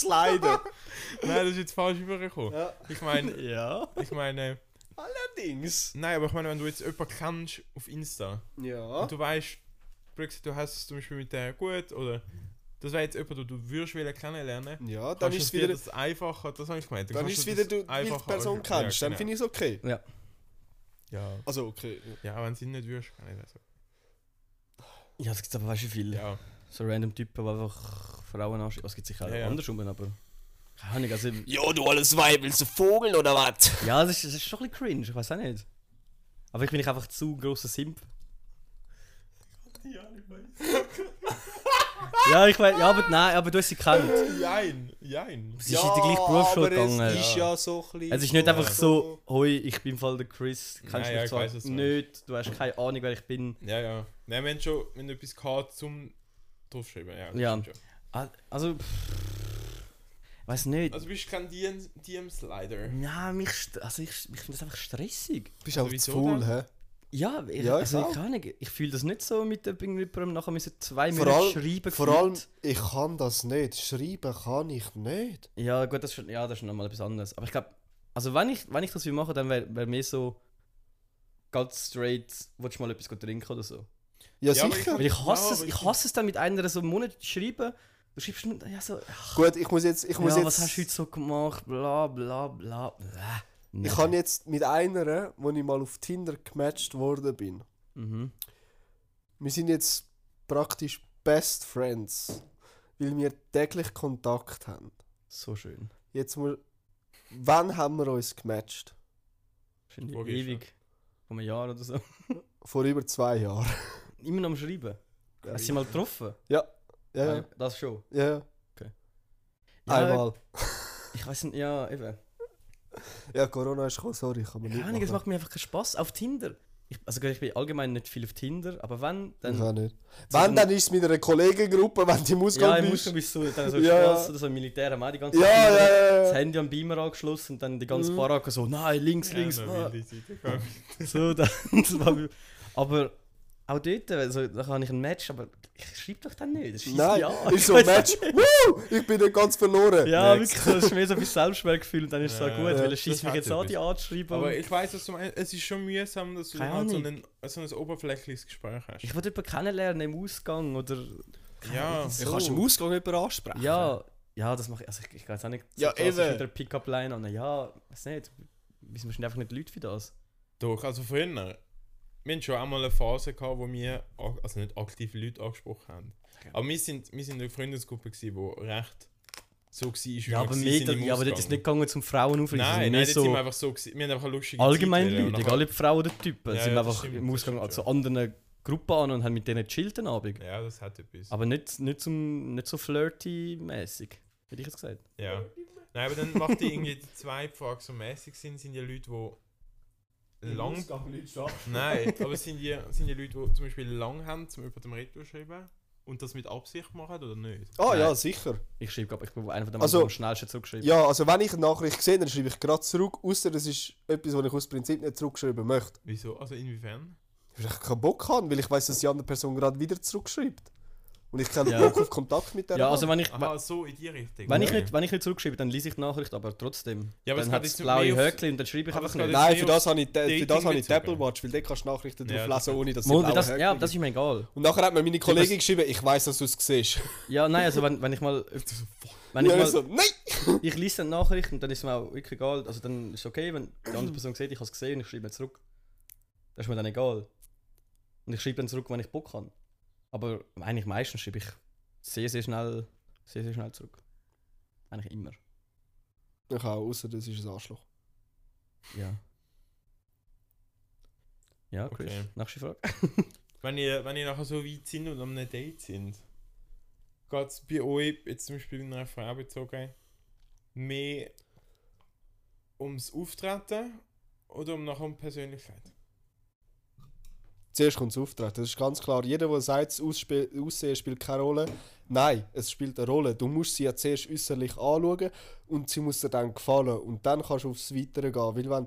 sliden.
Nein, das ist jetzt falsch rübergekommen.
Ja.
Ich meine,
Ja.
ich meine,
Allerdings.
nein, aber ich meine, wenn du jetzt jemanden kennst auf Insta
Ja.
und du weißt, Brüx, du hast es zum Beispiel mit der gut oder das wäre jetzt jemand, den du würdest wollen kennenlernen.
Ja, dann
kannst
ist
du dir
wieder,
das einfacher, das habe ich gemeint.
dann
kannst
ist wieder,
das
du weil du die
einfacher
Person
anschauen.
kennst.
Ja,
genau.
genau.
Dann finde ich es okay.
Ja.
ja.
Also okay.
ja, wenn sie ihn nicht würdest, kann ich das sagen.
Ja, es gibt aber weißt du viele.
Ja,
So random Typen, die einfach Frauen anschreiben. Es gibt sicher auch
Ja, ja.
andersrum, aber. Keine Ahnung, also.
Ja, du alles Weib, willst du Vogel oder was?
Ja, das ist, das ist schon ein bisschen cringe, ich weiß auch nicht. Aber ich bin ich einfach zu grosser Simp. Ja, ich weiß. Ja, aber nein, aber du hast sie gekannt.
jein, jein.
Sie ist in die gleiche Berufsschule gegangen.
Aber es ist
Ja.
ja so ein bisschen
Es ist nicht einfach so, hoi, ich bin im Fall der Chris, kennst
Nein,
du
ja,
mich
ich
zwar
weiss, was du
nicht, du hast keine Ahnung, wer ich bin.
Ja, ja. Nein, wenn schon, wenn du etwas gehabt zum draufschreiben, ja. das
Ja.
stimmt schon.
Ah, Also, weiß nicht.
Also bist du kein DM DM-Slider?
ja, mich, st- also ich, ich finde das einfach stressig.
Bist
Also
auch zu
wieso
faul,
denn?
hä?
Ja, ich,
Ja, ich
also
auch.
ich kann nicht, ich fühle das nicht so mit dem- mit jemandem, nachher müssen zwei
Vor
Minuten
allem,
schreiben.
vor
gefühlt.
allem, ich kann das nicht. Schreiben kann ich nicht.
Ja, gut, das ist, schon- ja, das ist nochmal etwas anderes. Aber ich glaube, also wenn ich, wenn ich das will machen, dann wäre wär mir so ganz straight, willst du mal etwas trinken oder so.
Ja,
Ja, aber
sicher.
Weil ich hasse
Ja,
es, ich
aber ich-
hasse es dann mit einer so einen Monat zu schreiben, du schreibst mir, ja so, ach,
Gut, ich muss jetzt, ich muss
ja,
jetzt,
was hast du heute so gemacht, bla bla bla bla. Nein.
ich habe jetzt mit einer, wo ich mal auf Tinder gematcht worden bin.
Mhm.
Wir sind jetzt praktisch Best Friends, weil wir täglich Kontakt haben.
So schön.
Jetzt mal, wann haben wir uns gematcht?
Schon
Wo gehst du?
ewig. Vor einem Jahr oder so.
Vor über zwei Jahren.
Immer noch am Schreiben. Hast du sie mal getroffen?
Ja, ja,
Das schon.
ja.
Ja,
Einmal.
Ich weiß nicht, ja, eben.
Ja, Corona ist gekommen, sorry, kann man
Keine
nicht
Ahnung, es
machen.
macht mir einfach keinen Spaß auf Tinder. Ich, also gut, ich bin allgemein nicht viel auf Tinder, aber wenn,
Ich
dann.
auch nicht. Wenn, dann ist es mit einer Kollegengruppe, wenn du im Ausgang
Ja, im
bist.
Ausgang bist du dann so
Ja, ja.
Spaß oder so im Militär haben wir auch die ganze
Ja,
Zeit
ja, ja, Mhm.
das
ja.
Handy am Beamer angeschlossen und dann die ganze Baracke so, nein, links, links.
Ja,
ah.
noch wilde Seite, komm.
so, dann, das war, mir- aber auch dort, also, da habe ich ein Match, aber ich schreibe doch dann nicht. Das ist
Nein,
ja.
ist so ein Match. Woo! Ich bin dann ganz verloren.
Ja,
Next.
wirklich, das ist mehr so ein bisschen Selbstwertgefühl und dann ist es so
Ja,
gut, weil er
das
schießt mich
hat
jetzt an,
etwas.
die anzuschreiben.
Aber
und-
ich weiß, was du meinst. Es ist schon mühsam, dass du
Keine
halt so,
Ahnung.
einen, so ein oberflächliches Gespräch hast.
Ich wollte jemanden kennenlernen im Ausgang oder.
ja,
Ja, kannst du im Ausgang jemanden ansprechen.
Ja, ja, das mache ich. Also ich, ich gehe jetzt auch nicht
Ja,
klassisch
eben.
mit der Pickup-Line an. Ja, weiß nicht. Wir sind wahrscheinlich einfach nicht Leute für das.
doch. Also früher, wir hatten schon einmal eine Phase, gehabt, wo wir ak- also nicht aktive Leute angesprochen haben. Aber wir sind, wir sind eine Freundesgruppe, gewesen, die recht so war, wie
Ja, aber,
gewesen
mehr,
sind im
ja, aber dort ist
Ausgang.
nicht gegangen zum Frauen aufregen.
Nein, nein,
mehr
dort sind wir
so
einfach so. Gewesen. Wir haben einfach eine lustige
allgemein
Zeit
Leute,
gehabt.
egal ob Frauen oder Typen,
Ja,
sind
ja,
wir
das
einfach
stimmt,
im
das
Ausgang
stimmt,
zu
ja.
anderen Gruppen an und haben mit denen chillt den Abend.
Ja, das hat etwas.
Aber nicht, nicht, zum, nicht so flirty-mäßig, hätte ich jetzt gesagt.
Ja. Nein, aber dann macht die irgendwie die zwei Fragen so mäßig sind, sind ja Leute, die lang. Nein, aber sind ja, sind ja Leute, die zum Beispiel lang haben, zum über dem Retour zu schreiben und das mit Absicht machen oder nicht?
Ah ja, sicher.
Ich schreibe, glaube ich, bin einer von denen,
Also-
der am schnellsten zurückschreibt.
Ja, also wenn ich eine Nachricht sehe, dann schreibe ich gerade zurück, außer das ist etwas, was ich aus Prinzip nicht zurückschreiben möchte.
Wieso? Also inwiefern?
Weil ich keinen Bock habe, weil ich weiß, dass die andere Person gerade wieder zurückschreibt. Und ich keinen
Ja.
Bock auf Kontakt mit der
Ja, also wenn ich,
Aha, so in die Richtung.
Wenn ich,
okay.
nicht, wenn ich nicht zurückschreibe, dann lese ich die Nachricht, aber trotzdem.
Ja, aber
dann
es geht
hat es
jetzt
blaue
mehr auf-
Höckli und dann schreibe ich
aber
einfach
es geht
nicht.
jetzt-
Nein,
ist
für
mehr
das habe ich, de- für
Dating
das habe ich
bezogen.
Doppelmatch, weil dort kannst du Nachrichten drauf
Ja, das
lesen, ohne dass sie
Mal,
blaue
das,
Häkchen
ja, das ist
haben.
mir egal.
Und nachher hat mir meine
Ja,
Kollegin geschrieben, ich weiß, dass du es siehst.
Ja, nein, also wenn, wenn ich mal. Wenn
Und
ich
ich
mal.
so, nein!
Ich lese dann Nachrichten und dann ist es mir auch wirklich egal. Also dann ist es okay, wenn die andere Person sieht, ich habe es gesehen und ich schreibe mir zurück. Das ist mir dann egal. Und ich schreibe dann zurück, wenn ich Bock habe. Aber eigentlich meistens schreibe ich sehr, sehr schnell, sehr, sehr schnell zurück. Eigentlich immer.
Ich auch, außer das ist ein Arschloch.
Ja. Ja, Chris.
Okay.
Nächste Frage.
Wenn ihr, wenn ihr nachher so weit sind und am Date sind, geht es bei euch, jetzt zum Beispiel in einer Frau bezogen, mehr ums Auftreten oder um nachher um Persönlichkeit?
Zuerst kommt das Auftreten. Das ist ganz klar. Jeder, der sagt, das Ausspiel, Aussehen spielt keine Rolle, nein, es spielt eine Rolle. Du musst sie ja zuerst äußerlich anschauen und sie muss dir dann gefallen. Und dann kannst du aufs Weitere gehen. Weil wenn,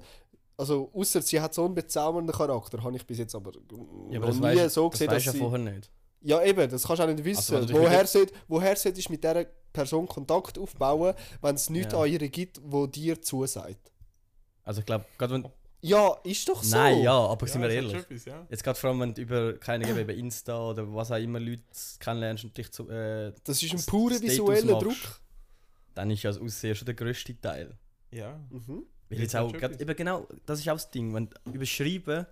also, außer sie hat so einen bezaubernden Charakter, habe ich bis jetzt aber,
Ja,
noch nie
weisst-
so
das
gesehen,
weisst
dass
ja
sie...
vorher nicht.
Ja, eben, das kannst du auch nicht wissen.
Also, wenn du dich
woher, sollt, woher solltest du mit dieser Person Kontakt aufbauen, wenn es nichts
Ja.
an ihr gibt, wo dir zusagt?
Also ich glaube, gerade wenn...
Ja, ist doch so.
Nein, ja, aber sind wir
das hat
ehrlich.
schon Etwas, ja.
Jetzt gerade vor allem, wenn du über keine eben über Insta oder was auch immer Leute kennenlernst und dich zu... Äh,
Das ist ein
Das-
purer
das Date
visueller
ausmachst.
Druck.
dann ist ja das Aussehen schon der grösste Teil.
ja.
Mhm.
Weil
Ja,
jetzt
das
auch,
hat schon
grad,
etwas.
eben genau, das ist auch das Ding, wenn du überschreiben,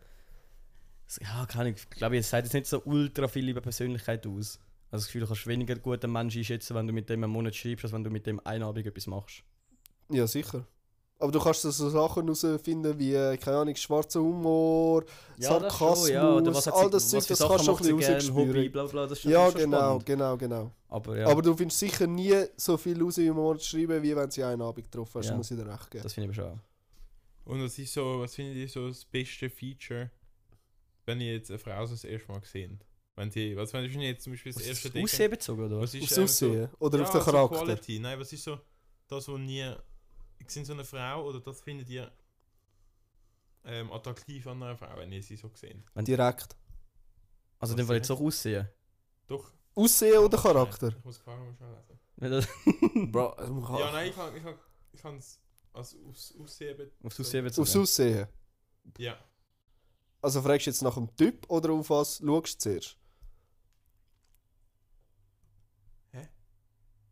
s- ja, keine Ahnung, ich glaube, es sagt jetzt nicht so ultra viel über Persönlichkeit aus. Also das Gefühl, du kannst weniger gut einen Menschen einschätzen, wenn du mit dem einen Monat schreibst, als wenn du mit dem einen Abend etwas machst.
Ja, sicher. Aber du kannst so Sachen herausfinden wie, äh, keine Ahnung, schwarzer Humor, Sarkasmus, all das Zeug, das kannst du schon ein bisschen
Hobby,
rausspüren.
bla bla, das ist
Ja,
schon
genau,
spannend.
genau, genau.
Aber ja,
Aber du findest sicher nie so viel raus im Monat schreiben, wie wenn sie einen Abend getroffen hast.
Ja.
Da muss ich dir recht geben.
das finde ich aber schon. auch.
Und was ist so, was findet ihr so das beste Feature, wenn ihr jetzt eine Frau so das erste Mal seht? Wenn sie, was wenn ihr jetzt zum Beispiel das
Was
erste
ist
Date-
Aussehen bezogen, oder?
Was ist
Aufs
einem so-
Aussehen oder auf
Ja,
den Charakter.
So Quality. Nein, was ist so das, wo ihr sind so eine Frau oder das findet ihr ähm, attraktiv an einer Frau, wenn ihr sie so gesehen?
Direkt.
Also in dem Fall jetzt auch Aussehen.
Doch.
Aussehen oder Charakter? Ah.
Ich muss fragen, muss ich lesen.
Wenn das-
Bro,
äh,
Ja, nein, ich kann, ich kann, ich kann es als aufs Aussehen. bet-
Aufs Aussehen bezogen.
Aufs Aussehen.
Ja.
Also fragst du jetzt nach dem Typ oder auf was schaust du zuerst?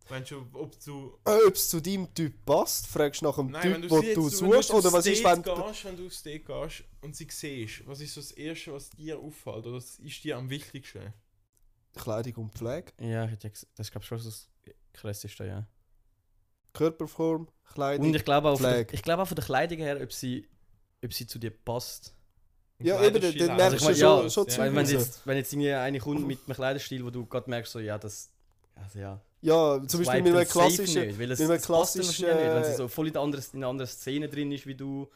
Meinst du, ob du.
Äh, Ob es zu deinem Typ passt, fragst du nach dem
Nein, wenn
Typ,
du
den
sie jetzt,
du
wenn du
suchst, oder
aufs
was ist,
Date
wenn...
Gehst, wenn du aufs Date gehst und sie siehst, was ist so das Erste, was dir auffällt oder was ist dir am wichtigsten?
Kleidung und Pflege,
Ja, ich hätte ja ges- das ist glaube ich schon so das Krasseste, ja.
Körperform, Kleidung...
Und ich glaube auch, von der,
Pflege.
ich glaube auch von der Kleidung her, ob sie, ob sie zu dir passt.
Und
Ja, eben,
Kleiderstil
dann
auch.
merkst
du Also ich meine, schon- ja,
schon
Weil
Ja,
wenn,
also.
jetzt, wenn jetzt irgendwie eine kommt mit einem Kleiderstil, wo du gerade merkst, so, ja, das. Also ja.
ja, zum
das vibet
Beispiel mit einem
dann safe
klassischen...
Nicht, weil es,
mit einem
es passt dann wahrscheinlich
klassischen,
nicht. Wenn sie
äh,
so voll in, der anderen, in einer anderen Szene drin ist wie du,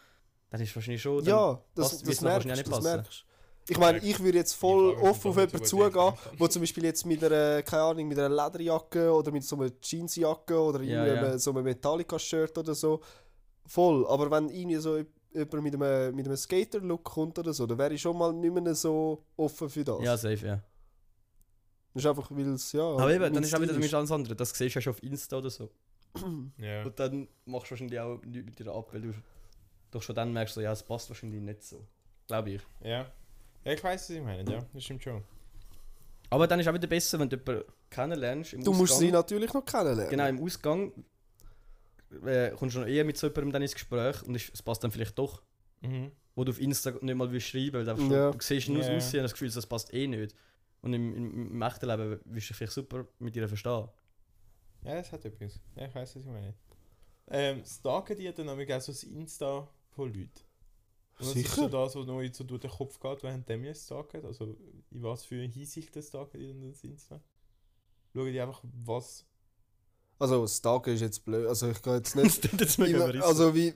dann ist es wahrscheinlich schon. Dann,
Ja, das,
passt-
das
wird's
merkst
wahrscheinlich auch
du,
nicht
das
passen.
merkst du. Ich meine, ich würde jetzt voll
Frage kommt
offen auf
damit überdenkt,
jemanden zugehen,
Alter.
wo zum Beispiel jetzt mit einer, keine Ahnung, mit einer Lederjacke oder mit so einer Jeansjacke oder
Ja,
irgendwie
ja.
einem- so einem Metallica-Shirt oder so, voll. Aber wenn irgendwie so jemand mit einem, mit einem Skater-Look kommt oder so, dann wäre ich schon mal nicht mehr so offen für das.
Ja, safe, ja.
Das ist einfach, weil es, ja...
Aber eben, dann
mein
ist auch wieder
Stil
damit alles andere. Das siehst du ja schon auf Insta oder so.
Ja.
Und dann machst du wahrscheinlich auch nichts mit dir ab, weil du doch schon dann merkst, so, ja, es passt wahrscheinlich nicht so. Glaube ich.
Ja. Ja, ich weiß, was ich meine, ja. Das stimmt schon.
Aber dann ist auch wieder besser, wenn du jemanden kennenlernst. Im
Du musst
Ausgang.
sie natürlich noch kennenlernen.
Genau, im Ausgang äh, kommst du noch eher mit so jemandem dann ins Gespräch und es es passt dann vielleicht doch.
Mhm.
Wo du auf Insta nicht mal willst schreiben, weil du einfach schon,
Ja.
du siehst nur das
Ja.
Aussehen und hast das Gefühl, das passt eh nicht. Und im, im, im echten Leben wirst du dich vielleicht super mit ihr verstehen.
Ja, das hat etwas. Ja, ich weiß, was ich meine. Ähm, stalken die dann nämlich auch so das Insta von Leuten? Und das ist so
Sicher.
das, was noch jetzt so durch den Kopf geht, während dem ihr es stalken. Also, in was für Hinsichten stalken die dann das Insta? Schauen die einfach, was.
Also, das Tag ist jetzt blöd. Also, ich gehe jetzt nicht...
stimmt jetzt
Wie- also wie.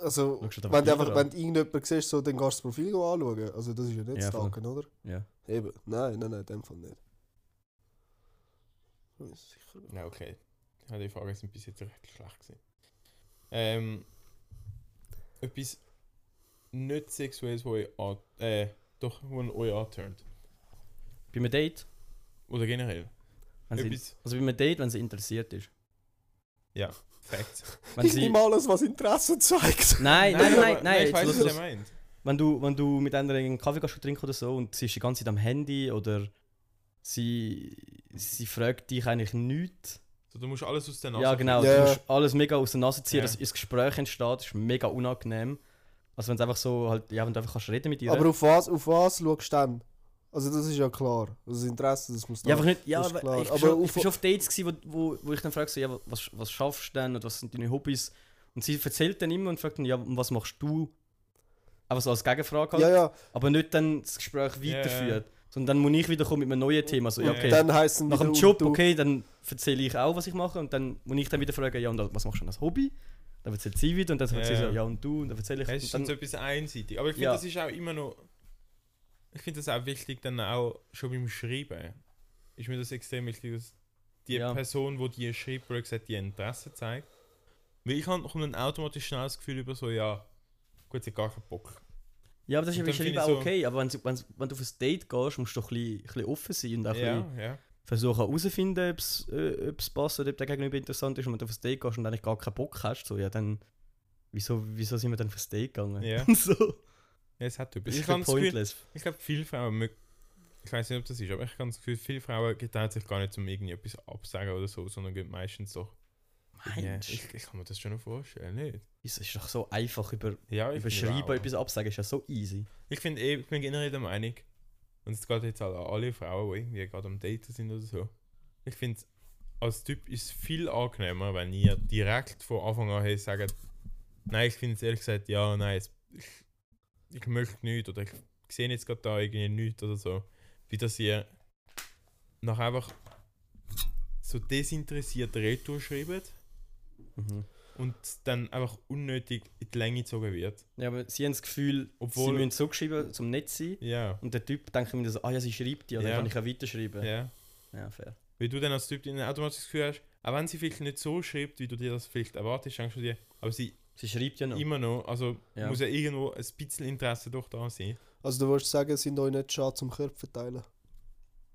Also,
Schaust du einfach
wenn du
Bilder
einfach,
an?
wenn du irgendjemanden siehst, so, dann kannst du das Profil anschauen. Also, das ist ja nicht
Ja,
ja,
voll.
Stalken, oder?
Ja.
Eben. Nein, nein, nein, in dem Fall nicht. Sicher.
Ja, okay. Ja, die Fragen sind bis jetzt recht schlecht gewesen. Ähm, etwas nicht sexuelles, wo ihr an, äh, doch, wo euch anturnt.
Bei einem Date,
Oder generell.
wenn sie,
Etwas.
also bei einem Date, wenn sie interessiert ist.
Ja, Facts.
Wenn
ich
sie,
nehme alles, was Interesse zeigt.
nein, nein, nein,
aber-
nein,
ich
jetzt
weiß,
los,
was
los.
er meint.
wenn du, wenn du mit einer einen Kaffee gehst trinken oder so und sie ist die ganze Zeit am Handy oder sie, sie fragt dich eigentlich nichts.
So, du musst alles aus der Nase
Ja, genau.
Ja.
Du musst alles mega aus der Nase ziehen,
Ja.
dass das Gespräch entsteht, ist mega unangenehm. Also wenn es einfach so halt, ja, wenn du einfach kannst reden mit ihr.
Aber auf was, auf was schaust du dann? Also, das ist ja klar. Also, das Interesse, das muss
ja,
da
einfach nicht, ja,
ist
aber
klar.
ich,
Aber
bin schon, ich
auf-
bin schon auf Dates gewesen, wo, wo, wo ich dann frage, so, ja, was, was schaffst du denn und was sind deine Hobbys? Und sie erzählt dann immer und fragt dann, ja, und was machst du? Einfach so als Gegenfrage halt.
Ja, ja.
Aber nicht dann das Gespräch
ja.
weiterführt. Sondern dann muss ich wieder kommen mit einem neuen Thema. So, ja,
Ja,
okay,
Dann heisst es
Nach
wieder,
dem Job,
du-
okay, dann erzähle ich auch, was ich mache. Und dann muss ich dann wieder fragen, ja, und was machst du denn als Hobby? Dann erzählt sie wieder und dann sagt sie
Ja.
so, ja, und du, und dann erzähle ich.
Es ist
Und
dann so
dann,
etwas einseitig. Aber ich finde,
Ja.
das ist auch immer noch ich finde das auch wichtig, dann auch schon beim Schreiben ist mir das extrem wichtig, dass die
Ja.
Person, die die schreibt, blöd gesagt, die Interesse zeigt. Weil ich habe dann automatisch schnell das Gefühl über so, ja, gut, sie hat gar keinen Bock.
Ja, aber das ist
Und
ja
dann
schon
find ich
auch
so-
okay, aber wenn's, wenn's, wenn du auf ein Date gehst, musst du doch ein bisschen, ein bisschen offen sein und auch ein bisschen
Ja, ja.
versuchen herauszufinden, ob es äh, ob's passt oder ob der Gegenüber interessant ist. Und wenn du auf ein Date gehst und eigentlich gar keinen Bock hast, so, ja, dann wieso, wieso sind wir dann auf ein Date gegangen?
Ja.
so.
Ja, es hat etwas.
Das
Ich
ist
habe
ein
das
bisschen
Gefühl,
pointless.
ich glaube, viele Frauen, mögen- ich weiß nicht, ob das ist, aber ich habe das Gefühl, viele Frauen geteilt sich gar nicht um irgendetwas absagen oder so, sondern gehen meistens doch. Ja,
Mensch,
ich, ich kann mir das schon noch vorstellen, nicht?
es ist doch so einfach, über,
Ja,
über
finde
Schreiben
auch.
etwas absagen, ist ja so easy.
Ich finde eh, ich bin generell der Meinung, und es geht jetzt halt an alle Frauen, die irgendwie gerade am Daten sind oder so. Ich finde, als Typ ist es viel angenehmer, wenn ihr direkt von Anfang an hey, sagt, nein, ich finde es ehrlich gesagt, ja, nein, es, ich, ich möchte nichts oder ich sehe jetzt gerade da irgendwie nichts oder so. Wie dass ihr nach einfach so desinteressiert Retour schreibt und dann einfach unnötig in die Länge gezogen wird.
Ja, aber sie haben das Gefühl,
Obwohl-
sie müssen so geschrieben, zum nicht zu sein.
Ja,
Und der Typ denkt mir so, ah ja, sie schreibt ja, dann
Ja.
kann ich auch weiterschreiben. Ja,
ja.
fair.
Weil du dann als Typ in automatisch das Gefühl hast, auch wenn sie vielleicht nicht so schreibt, wie du dir das vielleicht erwartest, denkst du dir, aber sie
Sie schreibt ja noch.
immer noch, also
Ja.
muss ja irgendwo ein bisschen Interesse doch da sein.
Also du würdest sagen, es sind euch nicht schade zum Körper verteilen.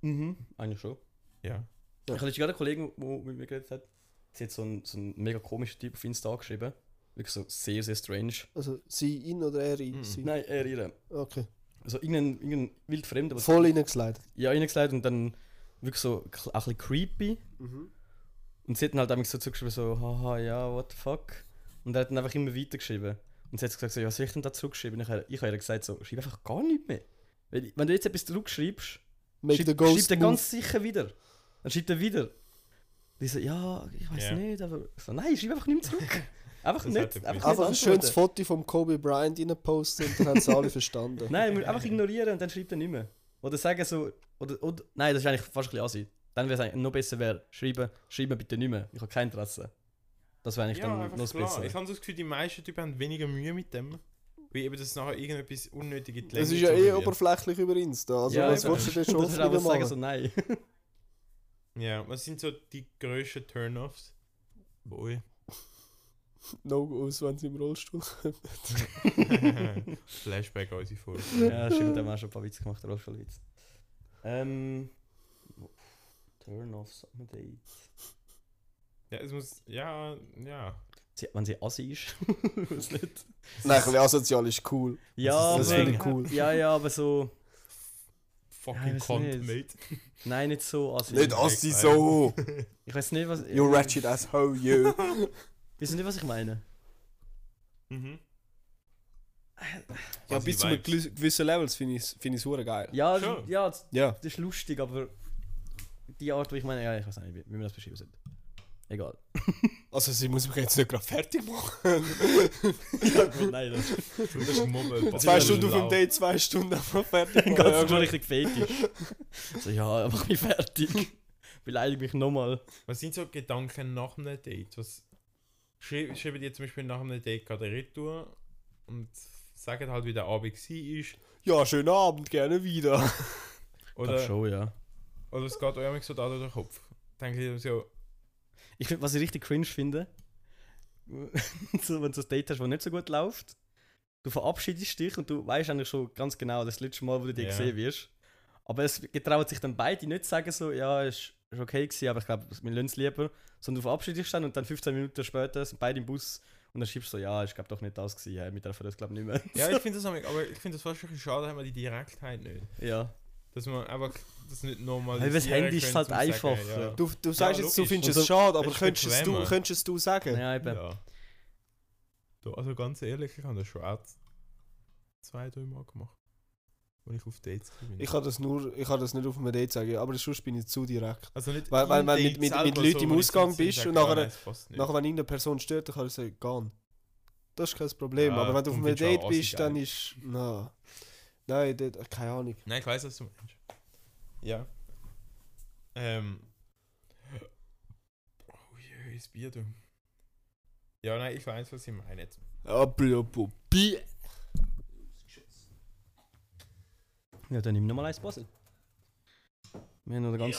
Mhm. Eigentlich schon.
Ja.
Ich hatte gerade einen Kollegen, der mit mir geredet hat. Sie hat so einen, so einen mega komischen Typ auf Insta geschrieben. Wirklich so sehr, sehr strange.
Also sie ihn oder er ihn?
Mhm.
Sie.
Hm. Nein, er, ihre.
Okay.
Also irgendein, irgendein wild Fremder, was
Voll reingeslidet.
ja reingesleitet und dann wirklich so kl- auch ein bisschen creepy.
Mhm.
Und sie hat dann halt damit so zugeschrieben, so, haha, ja, what the fuck. Und er hat dann einfach immer weitergeschrieben. Und sie hat gesagt, so, ja, was soll ich denn da zurückschreiben? Ich, ich habe ihr gesagt, so, schreib einfach gar nichts mehr. Weil, wenn du jetzt etwas zurückschreibst,
Make
schreib,
the ghost
schreibt er
move.
ganz sicher wieder. Dann schreibt er wieder. Die so, ja, ich weiß
Ja.
nicht, aber. Ich So, nein, schreib einfach nicht mehr zurück. Einfach
Das halt hat
nicht.
etwas.
Einfach, nicht
Einfach ein schönes
antworten.
Foto vom Kobe Bryant reinposten und dann haben es alle verstanden.
Nein, wir einfach ignorieren und dann schreibt er nicht mehr. Oder sagen so. Oder, oder, nein, das ist eigentlich fast ein bisschen assi. Dann wäre es eigentlich noch besser, wäre, schreiben, schreiben bitte nicht mehr. Ich habe kein Interesse. Das wäre eigentlich dann noch das
Ich
Bessere.
habe so das Gefühl, die meisten Typen haben weniger Mühe mit dem, weil eben das nachher irgendetwas unnötig in die
Das
Länge
ist ja eh
gezogen wird.
oberflächlich über Insta. Also
Ja,
was
eben.
willst du denn
Und
schon
das ist auch
wieder
was sagen, so
machen?
nein.
Ja, was sind so die grössten Turn-Offs? Boy.
No-Goes, wenn sie im Rollstuhl kommen.
Flashback an unsere Folge.
ja, stimmt, da haben wir auch schon ein paar Witze gemacht, der Rollstuhlwitz. Ähm. Turn-offs am Date.
Ja, es muss, ja, ja.
Sie, wenn sie assi ist. Weiß nicht.
Nein, ein bisschen asozial ist cool.
Ja,
Das
aber,
finde ich cool.
ja, ja, aber so. Ja, ich
Fucking
weiß
Cunt, mate.
nicht. Nein, nicht so assi.
Nicht assi so.
Ich weiß nicht, was.
You wretched asshole, you.
Wisst ihr nicht, was ich meine?
Mhm.
Ja,
Also die
bis zu einem
Vibes.
gewi- gewissen Levels finde ich es find ich's hure geil.
Ja,
Schon.
das- ja, das
Ja.
das ist lustig, aber die Art, wie ich meine, ja, ich weiß auch nicht, wie, wie man das beschreiben sollte. Egal.
Also sie muss mich jetzt nicht gerade fertig machen.
Oh, Nein, das ist
zwei Stunden auf dem Date, zwei Stunden einfach fertig machen.
ganz
Ja,
schon richtig fetisch. so, ja, mach mich fertig. Beleidige mich nochmal.
Was sind so Gedanken nach einem Date? Was schreibe schreibe dir zum Beispiel nach einem Date gerade Retour und sagen halt, wie der Abend war.
ja, schönen Abend, gerne wieder.
Oder
Oder,
schon, ja.
oder es geht euch so da durch den Kopf. Denke ich mir so,
Ich find, was ich richtig cringe finde, so, wenn du ein Date hast, das nicht so gut läuft, du verabschiedest dich und du weißt eigentlich schon ganz genau, das letzte Mal, wo du dich
Ja.
gesehen wirst. Aber es getrauen sich dann beide nicht zu sagen, so, ja, ist, ist okay gewesen, aber ich glaube, wir lassen es lieber. Sondern du verabschiedest dich dann und dann 15 Minuten später sind beide im Bus und dann schreibst du so, ja, ist glaube doch nicht das gewesen, ja, wir dürfen das glaube nicht mehr.
ja, ich finde das amig, aber ich finde das fast ein bisschen schade, haben wir die Direktheit nicht.
ja.
Dass man einfach das nicht normal
Weil das Handy ist halt einfacher.
Ja.
Du, du sagst
Ja,
jetzt, du
logisch.
findest
Und
es schade, aber
es ist
könntest es du,
bequemer.
könntest es du sagen?
ja, eben.
ja. Du, also ganz ehrlich, ich habe das schon auch zwei, drei Mal gemacht. Wenn ich auf Dates bin.
Ich kann das nur, ich kann das nicht auf einem Date sagen, aber sonst bin ich zu direkt.
also nicht
weil- weil-
im
weil mit-
Date
mit-
selber
mit Leuten im
wo ich
Ausgang
sitze
bist
sage,
und
ja,
nachher-
nein, es passt nicht.
Nachher, wenn irgendeine Person stört, dann kann ich sagen, gehen. Das ist kein Problem,
Ja,
aber wenn du auf
und
einem
findest du
Date
auch
bist,
assi
dann
geil.
ist... Na, nein, dort, keine Ahnung.
Nein, ich weiß, was du meinst. Ja. Ähm. Oh je, ist Bier, du. Ja, nein, ich weiß, was ich meine. jetzt.
Apropos Bier.
Ja, dann nimm nochmal eins Basel. Wir haben noch den ganz,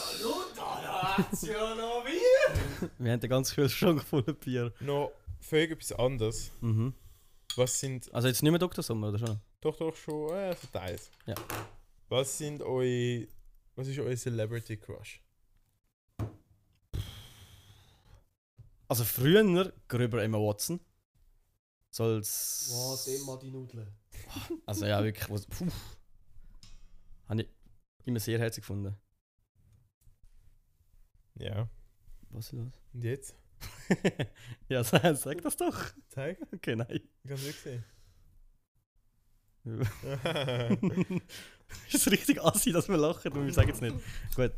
wir haben den ganz Kühlschrank voller Bier.
Noch völlig etwas anderes.
Mhm.
Was sind.
Also jetzt nicht mehr Dr. Sommer, oder schon?
Doch, doch, schon äh, verteilt.
Ja.
Was sind eu. Was ist euer Celebrity Crush?
Also früher, gröber Emma Watson. So als...
die Nudeln.
Also ja, wirklich. Was, puh. Habe ich immer sehr herzig gefunden.
Ja.
Was ist los?
Und jetzt?
ja, sag, sag das doch.
Zeig.
Okay, nein.
Ich kann es nicht sehen.
ist richtig assi, dass wir lachen, aber wir sagen es nicht. Gut.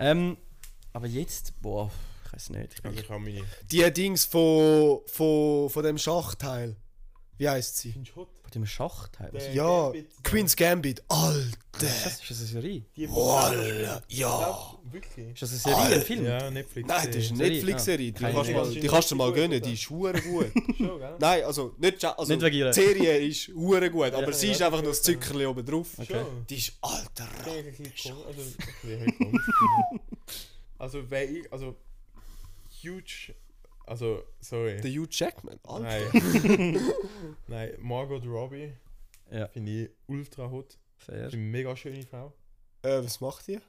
Ähm, aber jetzt, boah, ich weiß nicht. Ich bin
also ich habe meine.
Die Dings von, von, von dem Schachteil. Wie heißt sie?
Findest du hot?
bei dem Schacht halt. Was ist
Ja,
Gambit.
Queen's Gambit. Alter.
das? Ist das eine Serie?
Die
Alter. Ja.
Wirklich?
Ist das eine Serie, ein Film?
Ja, Netflix.
Nein, das ist eine
Serie,
Netflix-Serie. Die,
ah,
kannst du
keine
mal-
Ahnung.
die kannst du mal gönnen, die ist hure gut.
schon, gell?
Nein, also nicht, scha- also
Nicht wegen
die
ihrer.
Serie ist hure gut, aber
Ja,
sie ist einfach nur das Zückerli oben drauf.
Okay.
Schon.
Die ist alter.
Ich bin eigentlich ein bisschen komisch, also, ein bisschen komisch. also, wenn ich, also, huge, also, sorry.
Der Hugh Jackman, alter.
Nein. Nein, Margot Robbie
Ja,
finde ich ultra hot.
fair.
Ist eine mega schöne Frau.
Äh, was macht ihr?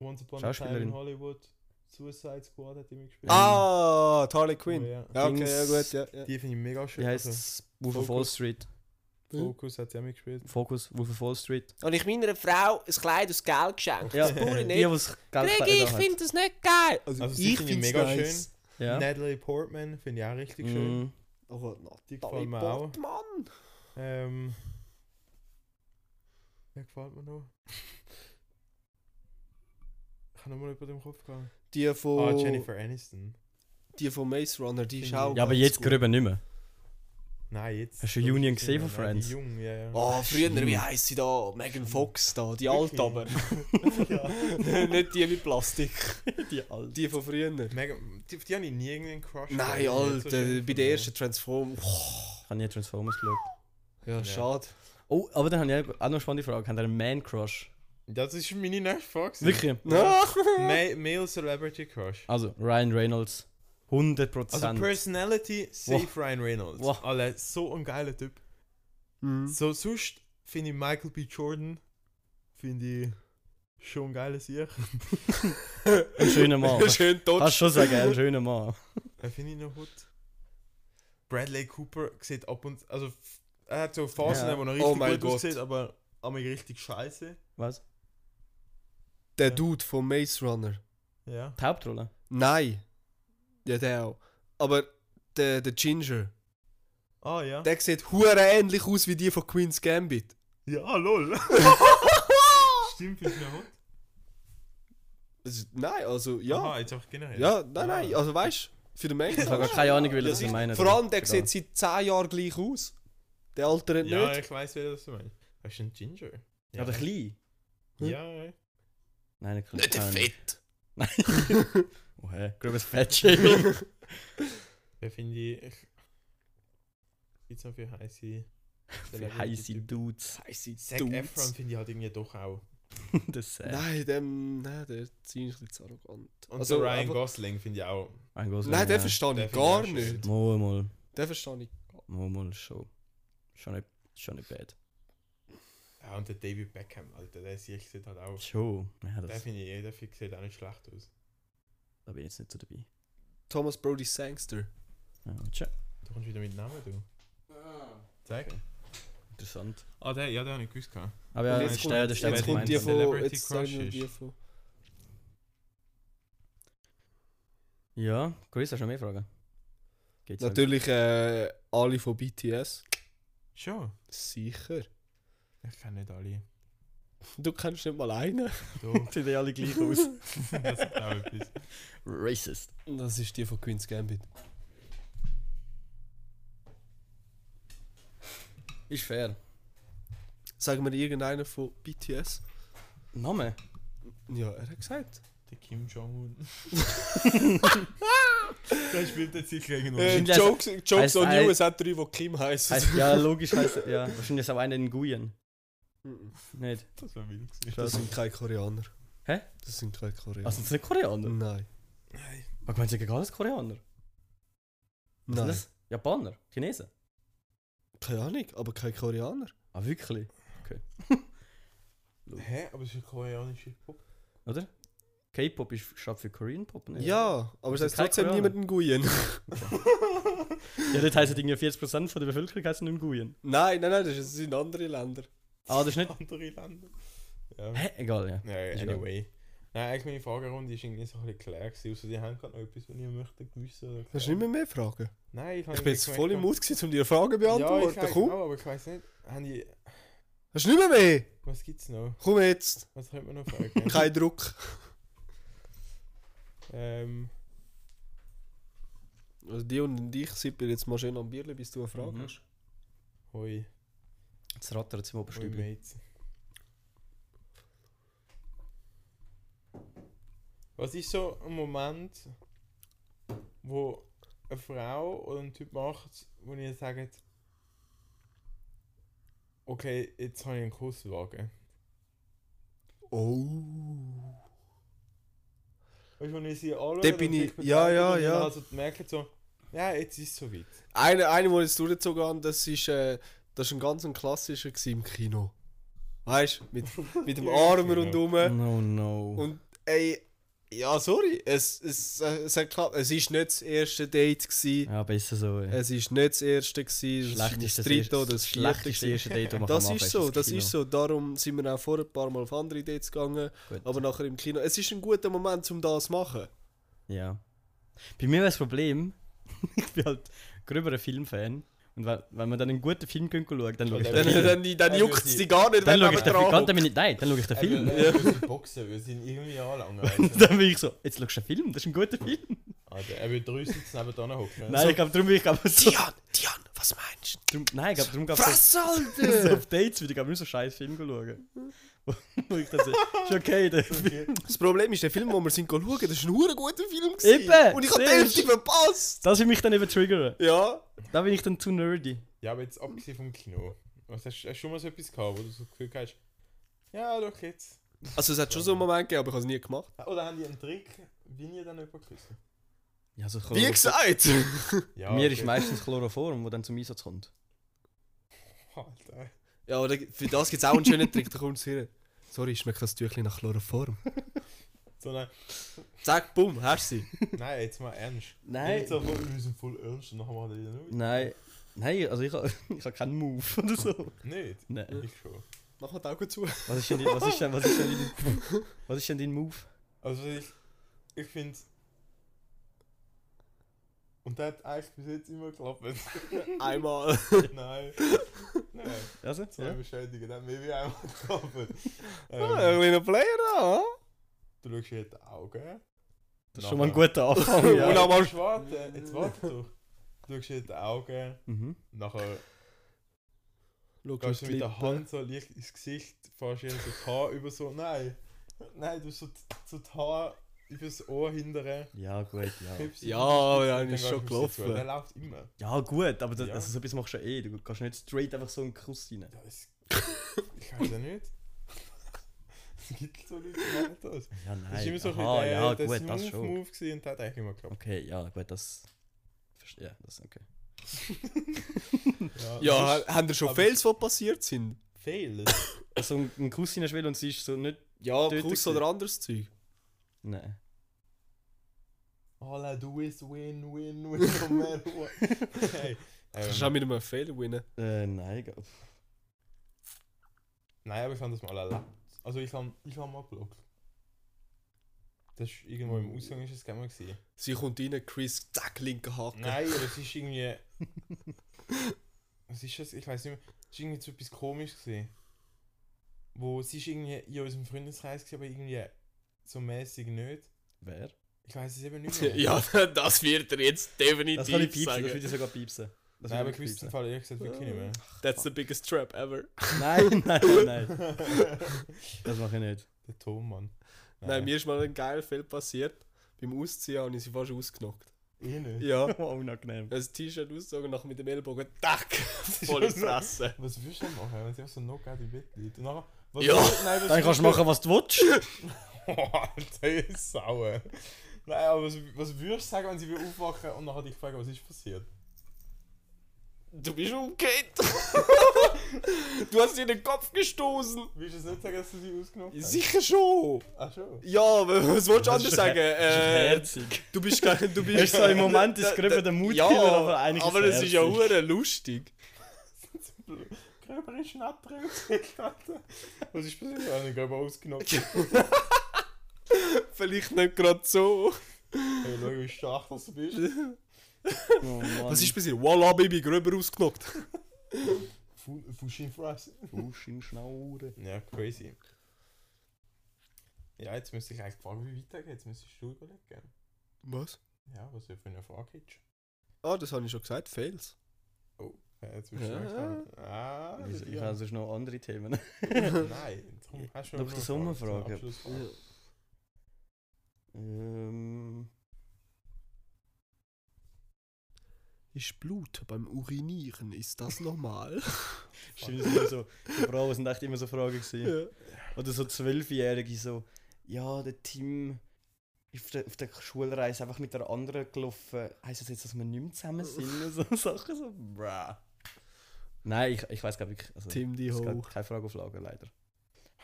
Once Upon a Time
Schauspielerin.
in Hollywood, Suicide Squad hat die mitgespielt.
Ah, die Harley Quinn.
Oh, ja.
ja. okay,
Dings.
ja gut, ja. ja.
Die finde ich mega schön.
Wie heisst
also,
es? Wolf of Wall
Focus.
Street.
Focus hat sie auch mitgespielt.
Focus, Wolf of Wall Street.
Und ich meiner Frau ein Kleid aus Geld geschenkt.
Ja,
Das brauche ich
die,
nicht.
die es Geld
Greg,
verloren
ich
hat.
finde das nicht geil.
Also, sie finde ich
find's
mega schön.
Ja.
Natalie Portman finde ich auch richtig schön.
Mhm.
Oh, na,
Die
Dolly
gefallen mir auch.
Portman.
Ähm. Wer gefällt mir noch? Ich habe nochmal über den Kopf gegangen.
Die
Ah,
Oh.
von,
Jennifer Aniston.
die von Maze Runner, die ist auch
Ja, aber
Oh, ganz
jetzt
gut.
gröber nicht mehr.
Nein, jetzt.
Hast du Union gesehen von Friends?
Die Jung, ja, ja.
Ah, früher, wie heisst sie da? Megan Fox da, die alte aber. Nicht die mit Plastik.
Die alte.
Die von früher.
Mega, die, auf die habe ich nie irgendeinen Crush. gehabt. Die
Nein,
hat so
Alter,
schön
bei der
gefunden.
ersten Transform. Boah,
Ich habe nie Transformers geschaut.
ja, schade.
Oh, aber dann habe ich auch noch eine spannende Frage. Haben ihr einen Man-Crush?
Das ist meine nächste Frage. gewesen.
Wirklich?
Ma Male Celebrity Crush.
Also, Ryan Reynolds. 100%.
Also Personality, safe
Wow.
Ryan Reynolds.
Wow.
Alter, so ein geiler Typ. So sonst finde ich Michael B. Jordan, finde ich schon geil als ich.
ein schöner Mann. Kannst
Schön
du
tot.
schon sagen, ein schöner Mann.
Wer Äh, finde ich noch gut? Bradley Cooper sieht ab und also f- er hat so Phasen,
Ja.
wo er
Oh
richtig
mein
gut
Gott.
aussieht, aber einmal richtig scheiße.
Was?
Der Dude von Maze Runner.
Ja.
Die Hauptrolle?
Nein. Ja, der auch. Aber der, der Ginger.
Ah ja.
Der sieht hure ähnlich aus wie die von Queen's Gambit.
ja, lol. Stimmt, finde ich noch gut.
Also, nein, also ja.
Aha, jetzt auch generell.
Ja, nein, nein. Also weißt du, für den
Ich habe
Menschen.
gar keine Ahnung, wie das ich meine.
Vor allem, der sieht seit 10 Jahren gleich aus. Der altert
Ja,
nicht.
ich weiß, wer das du meinst. Hast du einen Ginger?
Ja, der Klein.
Ja, ja.
Nein, der Klein.
Nicht der Fett.
Oh, hä? Gröbes Fettshaming.
Wer finde ich. ich jetzt noch für heiße.
Für heiße Dudes.
Heiße
Zac Efron finde ich halt irgendwie doch auch.
das äh,
Nein, dem, nein, der ist ein bisschen zu arrogant.
Und
Also,
also Ryan
einfach-
Gosling finde ich auch.
Ein großer
Nein, den
Mann.
verstehe
Der
ich gar
finde ich auch schön.
nicht.
Mal, mal.
Den verstehe ich.
Mal, mal. Schon. Schon nicht, schon nicht bad.
Ja, und der David Beckham, Alter, der sieht sieht halt auch.
Schon. Ja,
Der
das,
finde ich, der find- sieht auch nicht schlecht aus.
da bin ich jetzt nicht so dabei.
Thomas Brody Sangster.
Ja, tschö.
Du kommst wieder mit Namen, du. Zeig.
Interessant.
Ah, der, ja, der habe ich gewusst. gehabt.
Aber ja,
Und
jetzt der, der
jetzt
Stern
jetzt
kommt
meinst
die
du?
von,
Celebrity
jetzt sagen wir
Crushes.
die von.
Ja, Chris, hast du noch mehr Fragen? Geht's noch?
Natürlich äh, alle von BTS.
Schon.
Sicher.
Ich kenne nicht alle.
Du kennst nicht mal einen.
Doch,
Sehen die alle gleich aus.
das ist auch etwas.
Racist.
Das ist die von Queen's Gambit.
Ist fair.
Sagen wir irgendeinen von BTS?
Name?
Ja, er hat gesagt.
Der Kim Jong-un. der spielt jetzt sicher irgendwo.
Äh,
Schindler-
Jokes, Jokes
heisst
on
ein-
You, es hat drei, die Kim heißen.
Heißt, ja, logisch heißt ja. Wahrscheinlich ist auch einer in Guyen. Nicht?
Das war wild. gewesen.
Das sind keine Koreaner.
Hä?
Das sind keine Koreaner.
Also, das sind nicht Koreaner.
Nein.
Was meinst du, gegen alles Koreaner? Was sind
Nein.
das? Japaner? Chinesen?
Keine Ahnung, aber keine Koreaner.
Ah, wirklich?
Hä? Aber es ist eine koreanische Pop.
Oder? K-Pop ist statt für Korean Pop,
Ja, Also
nicht?
aber es
Das
heißt
sind keine
trotzdem
Koreaner.
niemand in Guyen.
Ja, dort heissen irgendwie 40% von der Bevölkerung heißen nicht Nguyen.
nein, nein, nein, das ist- das sind andere Länder.
Ah, das ist nicht...
Andere Länder.
Hä? Egal, ja.
Ja,
Ist
anyway. Nein, eigentlich meine Fragerunde war irgendwie so ein bisschen klar. Gewesen, außer die haben gerade noch etwas, was ich möchte gewissen. oder
Hast du nicht mehr mehr Fragen?
Nein, ich,
Ich bin jetzt voll im
Mut
Mut, gewesen, um dir Fragen
Ja, ich
beantworten.
weiß,
Komm,
genau, aber ich weiß nicht. Haben die,
hast du nicht mehr mehr?
was nou. gibt's noch?
Komm jetzt.
Was könnte man noch fragen?
Kein Druck.
ähm,
Also die und dich sind wir jetzt mal schön am Bierli, bis du eine Frage
Mhm.
hast.
hoi,
Jetzt rattert es im
hoi
Oberstübli.
Mates. Was ist so ein Moment, wo eine Frau oder ein Typ macht, wo ihr sagt, okay, jetzt habe ich einen Kuss wagen.
Oh.
Weißt du, wenn ich sie alle
Da bin ich- ja, ja, ja.
Also merken so, ja, jetzt ist es soweit.
Eine, eine, die jetzt durchgezogen habe, das ist, äh, das ist ein ganz ein klassischer gewesen im Kino. Weißt du, mit, mit dem Arm
genau.
rundherum.
No, no.
Und ey, ja, sorry, es, es, äh, es hat geklappt. Es war nicht das erste Date. Gewesen.
Ja, besser so, äh, ey.
Es war nicht das erste, gewesen, es ist das dritte oder das vierte.
schlechteste
gewesen.
erste Date, das man
Das
machen
ist
kann,
so, das
Kino.
ist so. Darum sind wir auch vor ein paar Mal auf andere Dates gegangen,
Gut.
aber nachher im Kino. Es ist ein guter Moment, um das zu machen.
Ja. Bei mir war das Problem, ich bin halt gröberer Filmfan. Und wenn, wenn man dann einen guten Film gehen schaut, dann schaue ich
Ja,
Dann,
den
der-
Film.
dann, dann, dann
Ja,
juckt es
wirklich.
dich gar nicht,
Dann
wenn
schaue
du
ich den Film.
dran
Ganz eine Minute- Nein, dann schaue ich den Film.
Äh, wir- wir Boxen, wir sind irgendwie anlangen.
äh.
Alter.
Dann bin ich so, jetzt schaust du einen Film, das ist ein guter Film.
Alter, er wird drei sitzen neben dran hocken.
Also-
Also,
Nein, ich glaube, darum bin ich aber so.
Dian, Dian, was meinst du?
Darum, nein, ich glaube, darum gab es
Was,
so
Alter?
auf Dates, würde ich aber nur so scheiß Film schauen. Wo wo ich dann sehe, ist okay, der Film.
Das Problem ist, der Film, den wir sind schauen, das war ein verdammt guter Film. gewesen.
Eben,
Und ich habe die
siehst.
Hälfte verpasst.
Das will mich dann eben triggern.
Ja.
Da bin ich dann zu nerdy.
Ja, aber jetzt abgesehen vom Kino. Was hast hast du schon mal so etwas gehabt, wo du so das Gefühl hast, ja, doch jetzt.
Also es hat schon so einen Moment gegeben, aber ich habe es nie gemacht.
Oder haben die einen Trick, wie ihr dann jemanden küsst?
Ja, so
Wie gesagt!
Ja,
Bei mir ist
okay.
meistens Chloroform, wo dann zum Einsatz kommt.
Alter.
ja, aber da- für das gibt es auch einen schönen Trick, da kommt es hier. Sorry, schmeckt das Tüchlein nach Chloroform?
So, nein,
Zack, bumm, hast du sie.
nein, jetzt mal ernst.
Nein.
Jetzt aber, wir sind voll ernst und nachher machen wir das wieder
Nein. Nein, also ich habe ich hab keinen Move oder so.
nicht. Nicht?
Nein.
Ich schon.
Mach mal die Augen zu.
Was ist denn dein, was ist denn, was ist denn, dein, was ist denn dein Move?
Also ich, ich finde... Und der hat eigentlich bis jetzt immer geklappt.
Einmal.
Nein. Nein.
Also?
Zwei beschädigen, dann will ich einmal geklappt.
Ein
Ah,
ähm,
kleiner Player da.
du schaust hier in die Augen.
Das ist schon mal ein guter Anfang.
Ja,
Und einmal-
jetzt warte, jetzt warte doch. Du schaust hier in die Augen,
Mhm.
nachher
Schau,
gehst du mit der Hand so leicht ins Gesicht, fährst ihr so die Haare über so, nein, nein, du so, so die Haare über das Ohr hindern.
Ja, gut, ja.
kippst sie
Ja,
auf die Spitze,
ja,
dann
ist
gehst
schon
du auf sie zu.
gelaufen.
Der läuft immer.
Ja, gut, aber das,
Ja.
Also, so etwas machst du ja eh. Du kannst nicht straight einfach so einen Kuss rein.
Ja, das, ich weiß ja nicht. Es gibt so Leute, die machen das.
Ja, nein.
Das ist immer so ein
Aha,
bisschen
ja,
der, der
gut, das schon.
Smooth-Move gewesen und der hat eigentlich immer geklappt.
Okay, ja, gut, das. Verstehe, ja, das okay.
Ja,
das ist
ha- haben dir schon
aber-
Fails, die passiert sind?
fail.
Also, ein- ein Kuss rein will und sie ist so nicht.
Ja,
Töten
Kuss
gewesen.
oder anderes Zeug.
Nein.
All I do is win, win, win, no matter what. hey.
Kannst du auch
Ähm,
mit einem Fail winnen.
Äh, nein. ge- pff,
nein, aber ich kann das mal erlebt. Also ich habe ich hab mal geblockt. Das ist irgendwo im Ausgang ist es gegangen gewesen.
Sie kommt rein, Chris, zack, linke Haken.
Nein, aber es ist irgendwie... Was ist das? Ich weiß nicht mehr. Es ist irgendwie so etwas komisch gewesen. Wo sie ist irgendwie in unserem Freundeskreis gewesen, aber irgendwie so mäßig nicht.
Wer?
Ich weiß es eben nicht mehr.
Ja, das wird er jetzt definitiv
Das kann ich piepsen, das
sagen.
würde also ich sogar piepsen. Das
Nein,
würde
aber
ich
ich wüsste
piepsen.
im Fall ehrlich gesagt wirklich nicht mehr.
That's the biggest trap ever.
Nein, nein, nein. Das mache ich nicht.
Der Tom, Mann.
Nein, mir ist mal ein geiler Fehler passiert. Beim Ausziehen habe ich sie fast ausgenockt.
Eh nicht.
Ja.
Wow, Oh, unangenehm.
Ein T-Shirt auszogen und nachher mit dem Ellbogen, tack, voll ins Fressen.
Was willst du denn machen, wenn sie einfach so einen Knockout im Bett liegt? Und nachher, was
Ja.
nein, was
Dann kannst du machen, was du willst.
Alter, ihr Sauer. Nein, aber was, was würdest du sagen, wenn sie will aufwachen und nachher dich fragen, was ist passiert?
Du bist umgekehrt. du hast dir in den Kopf gestoßen.
Willst du es nicht sagen, dass du sie ausgenommen hast?
Sicher schon.
Ach schon.
Ja, aber was willst du
Das ist
anders
schon
sagen?
her-
Äh,
Herzig.
du bist kein. Du bist
Ist so im Moment ist gerade der Mut
ja,
Killer, aber eigentlich
aber es ist ja
herzig.
hure lustig.
Gröber ist nicht drin. Alter. Was ist passiert? Ich habe ihn Gröber ausgenommen. Hey,
Vielleicht nicht gerade so.
schau, wie stark das du bist.
Oh Mann.
Was ist passiert? Voila, Baby, gröber ausgenockt.
Fu- Fuschin Fries.
Fusch in Schnaure.
Ja, crazy. Ja, jetzt müsste ich eigentlich fragen, wie weitergeht. Jetzt müsstest du überlegen.
Was?
Ja, was du für eine Frage hättest.
Ah, das habe ich schon gesagt. Fails.
Oh, ja, jetzt bist du
Ja.
eigentlich dran. Ah,
Ich
der
ich
Dion.
habe sonst noch andere Themen.
Nein, darum hast du
Noch
aber
die
eine Frage,
Sommerfrage.
eine Abschlussfrage.
ähm,
Ist Blut beim Urinieren, ist das normal?
stimmt, das sind immer so, die Frauen sind echt immer so Fragen gewesen.
ja.
Oder so Zwölfjährige so, ja, der Tim ist auf der, auf der Schulreise einfach mit der anderen gelaufen. Heißt das jetzt, dass wir nicht mehr zusammen sind? so Sachen so, bruh. Nein, ich, ich weiß gar nicht. Also,
Tim die
Es geht
Ho.
keine Frage auf Lager, leider.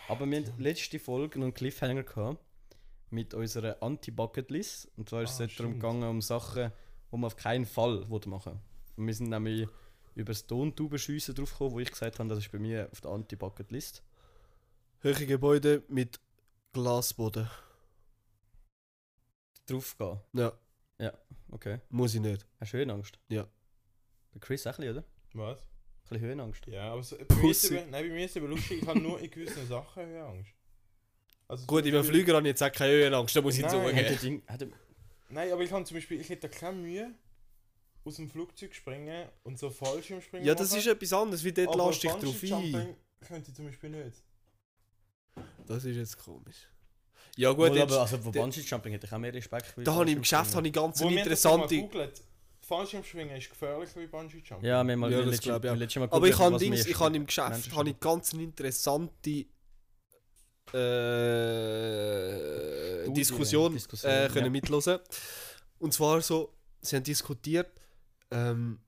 Aber wir hatten letzte Folge noch einen Cliffhanger gehabt mit unserer Anti-Bucket-List. Und zwar ist
Ah,
es darum
stimmt.
gegangen, um Sachen, die man auf keinen Fall wollte machen Und wir sind nämlich über das Tontubenschiessen drauf gekommen, wo ich gesagt habe, das ist bei mir auf der Anti-Bucket-List.
Höhere Gebäude mit Glasboden.
Draufgehen.
Ja,
Okay.
muss ich nicht.
Hast du Höhenangst?
Ja.
Der Chris auch ein bisschen, oder? Ein
Was?
bisschen Höhenangst.
Ja, aber so, bei, mir ist
Pussy.
eben, nein, bei mir ist eben lustig, ich habe nur in gewissen Sachen Höhe Angst. Also zum
Gut, ich bin
Beispiel-
Flüger, habe ich jetzt auch keine Höhenangst, da muss ich
Nein.
Hat
zugeben.
der Ding, hat der,
Nein, aber ich habe zum Beispiel, ich hätte keine Mühe, aus dem Flugzeug springen und so Fallschirm springen.
Ja, das ist etwas anderes, wie dort
aber
lass dich drauf ein.
Bungee-Jumping könnte ich zum Beispiel nicht.
Das ist jetzt komisch. Ja
gut,
gut, jetzt,
aber also von
der-
Bungee-Jumping hätte ich auch mehr Respekt.
da habe ich im Geschäft habe ich ganz
Wo
eine
wir haben das mal
interessante...
gegoogelt. Fallschirmspringen ist gefährlicher wie Bungee-Jumping.
Ja, wir haben mal
Ja,
wir
das
letztes-
glaub ich auch.
wir letztes Mal
Aber ich
gegoogelt,
habe
was
Dings,
mehr
ich habe im
Menschen
Geschäft habe ich ganz eine interessante äh,
Studie,
Diskussion,
Diskussion,
äh,
ja.
können mithören. Und zwar so, sie haben diskutiert ähm,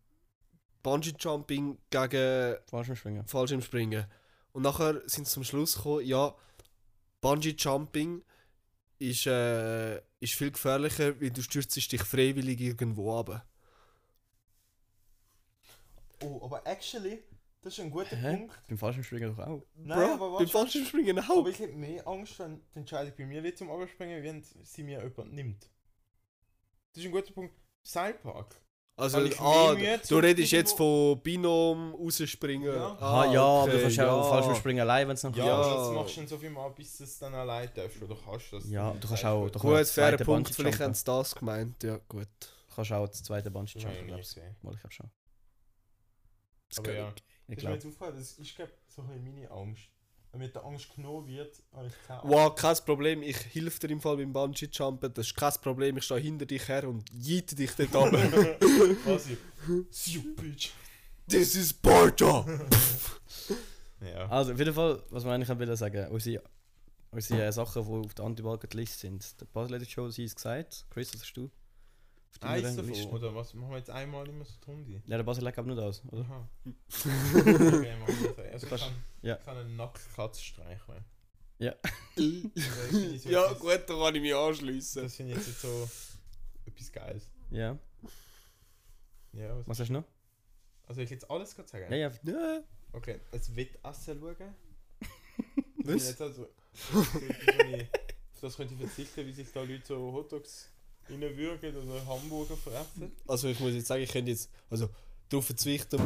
Bungee Jumping gegen
Fallschirmschwingen.
Fallschirmspringen. Und nachher sind sie zum Schluss gekommen, ja, Bungee Jumping ist, äh, ist viel gefährlicher, weil du stürzt dich freiwillig irgendwo ab.
Oh, aber actually, das ist ein guter
Hä?
Punkt.
Beim Fallschirmspringen doch auch.
Nein, aber
beim
was?
Fallschirmspringen auch.
Oh.
Aber ich hätte mehr Angst, wenn die Entscheidung bei mir liegt zum Abspringen, wenn sie mir jemand nimmt. Das ist ein guter Punkt. Seilpark.
Also,
Weil ich
ah,
nehme jetzt
du redest
irgendwo-
jetzt von Binom rausspringen.
Ja.
Ah, ja, aber du kannst ja auch
Fallschirmspringen.
Fallschirmspringen allein, wenn es noch
Ja,
Ja.
aber Also, das machst du dann so viel mal, bis du es dann allein darfst oder kannst das.
Ja, du kannst auch- du
Du
kannst-
Gut, fairer
Zweiter
Punkt, vielleicht
Bungee-Jumper.
haben sie das gemeint. Ja, gut.
kannst auch das zweite Bungee
kannst
jumpen,
schon
glaubst
gesehen.
du. Mal, ich glaube schon.
Das
Aber
geht.
ja,
Ich
ist mir
glaube.
jetzt aufgefallen, das ist glaub, so eine meine Angst. Wenn mir die Angst genommen wird, habe ich keine Angst.
Wow, kein Problem, ich helfe dir im Fall beim Bungee-Jumpen. Das ist kein Problem, ich stehe hinter dich her und jeete dich dort ab.
Quasi. Siu, bitch.
This is Sparta!
Ja.
Also, auf jeden Fall, was wir eigentlich haben wollen sagen, unsere, unsere äh, Sachen, die auf der Anti-Bucket-List sind. Der Puzzle Editor Show, sie ist gesagt. Chris, was hast du? Auf
Eins
deiner
davon,
Liste?
oder was? Machen wir jetzt einmal immer so die Runde?
Ja, der Puzzle legt aber nicht aus, oder?
Aha. okay, machen wir das. Also ich
Kannst-
kann,
ja.
ich kann einen Nacktkatz streicheln.
Ja.
Also
ja, gut, da kann ich mich anschliessen.
Das finde ich jetzt so etwas Geiles.
Ja.
Ja, was?
Was hast du noch?
Also ich jetzt alles gerade sagen.
Ja, ja.
Ja,
Okay, als Wettessen schauen. Ich bin
was?
Jetzt also, das könnte ich nicht- auf das könnte ich verzichten, wie sich da Leute so Hotdogs reinwürgen oder Hamburger fressen.
Also, ich muss jetzt sagen, ich könnte jetzt. Also, darauf verzichten.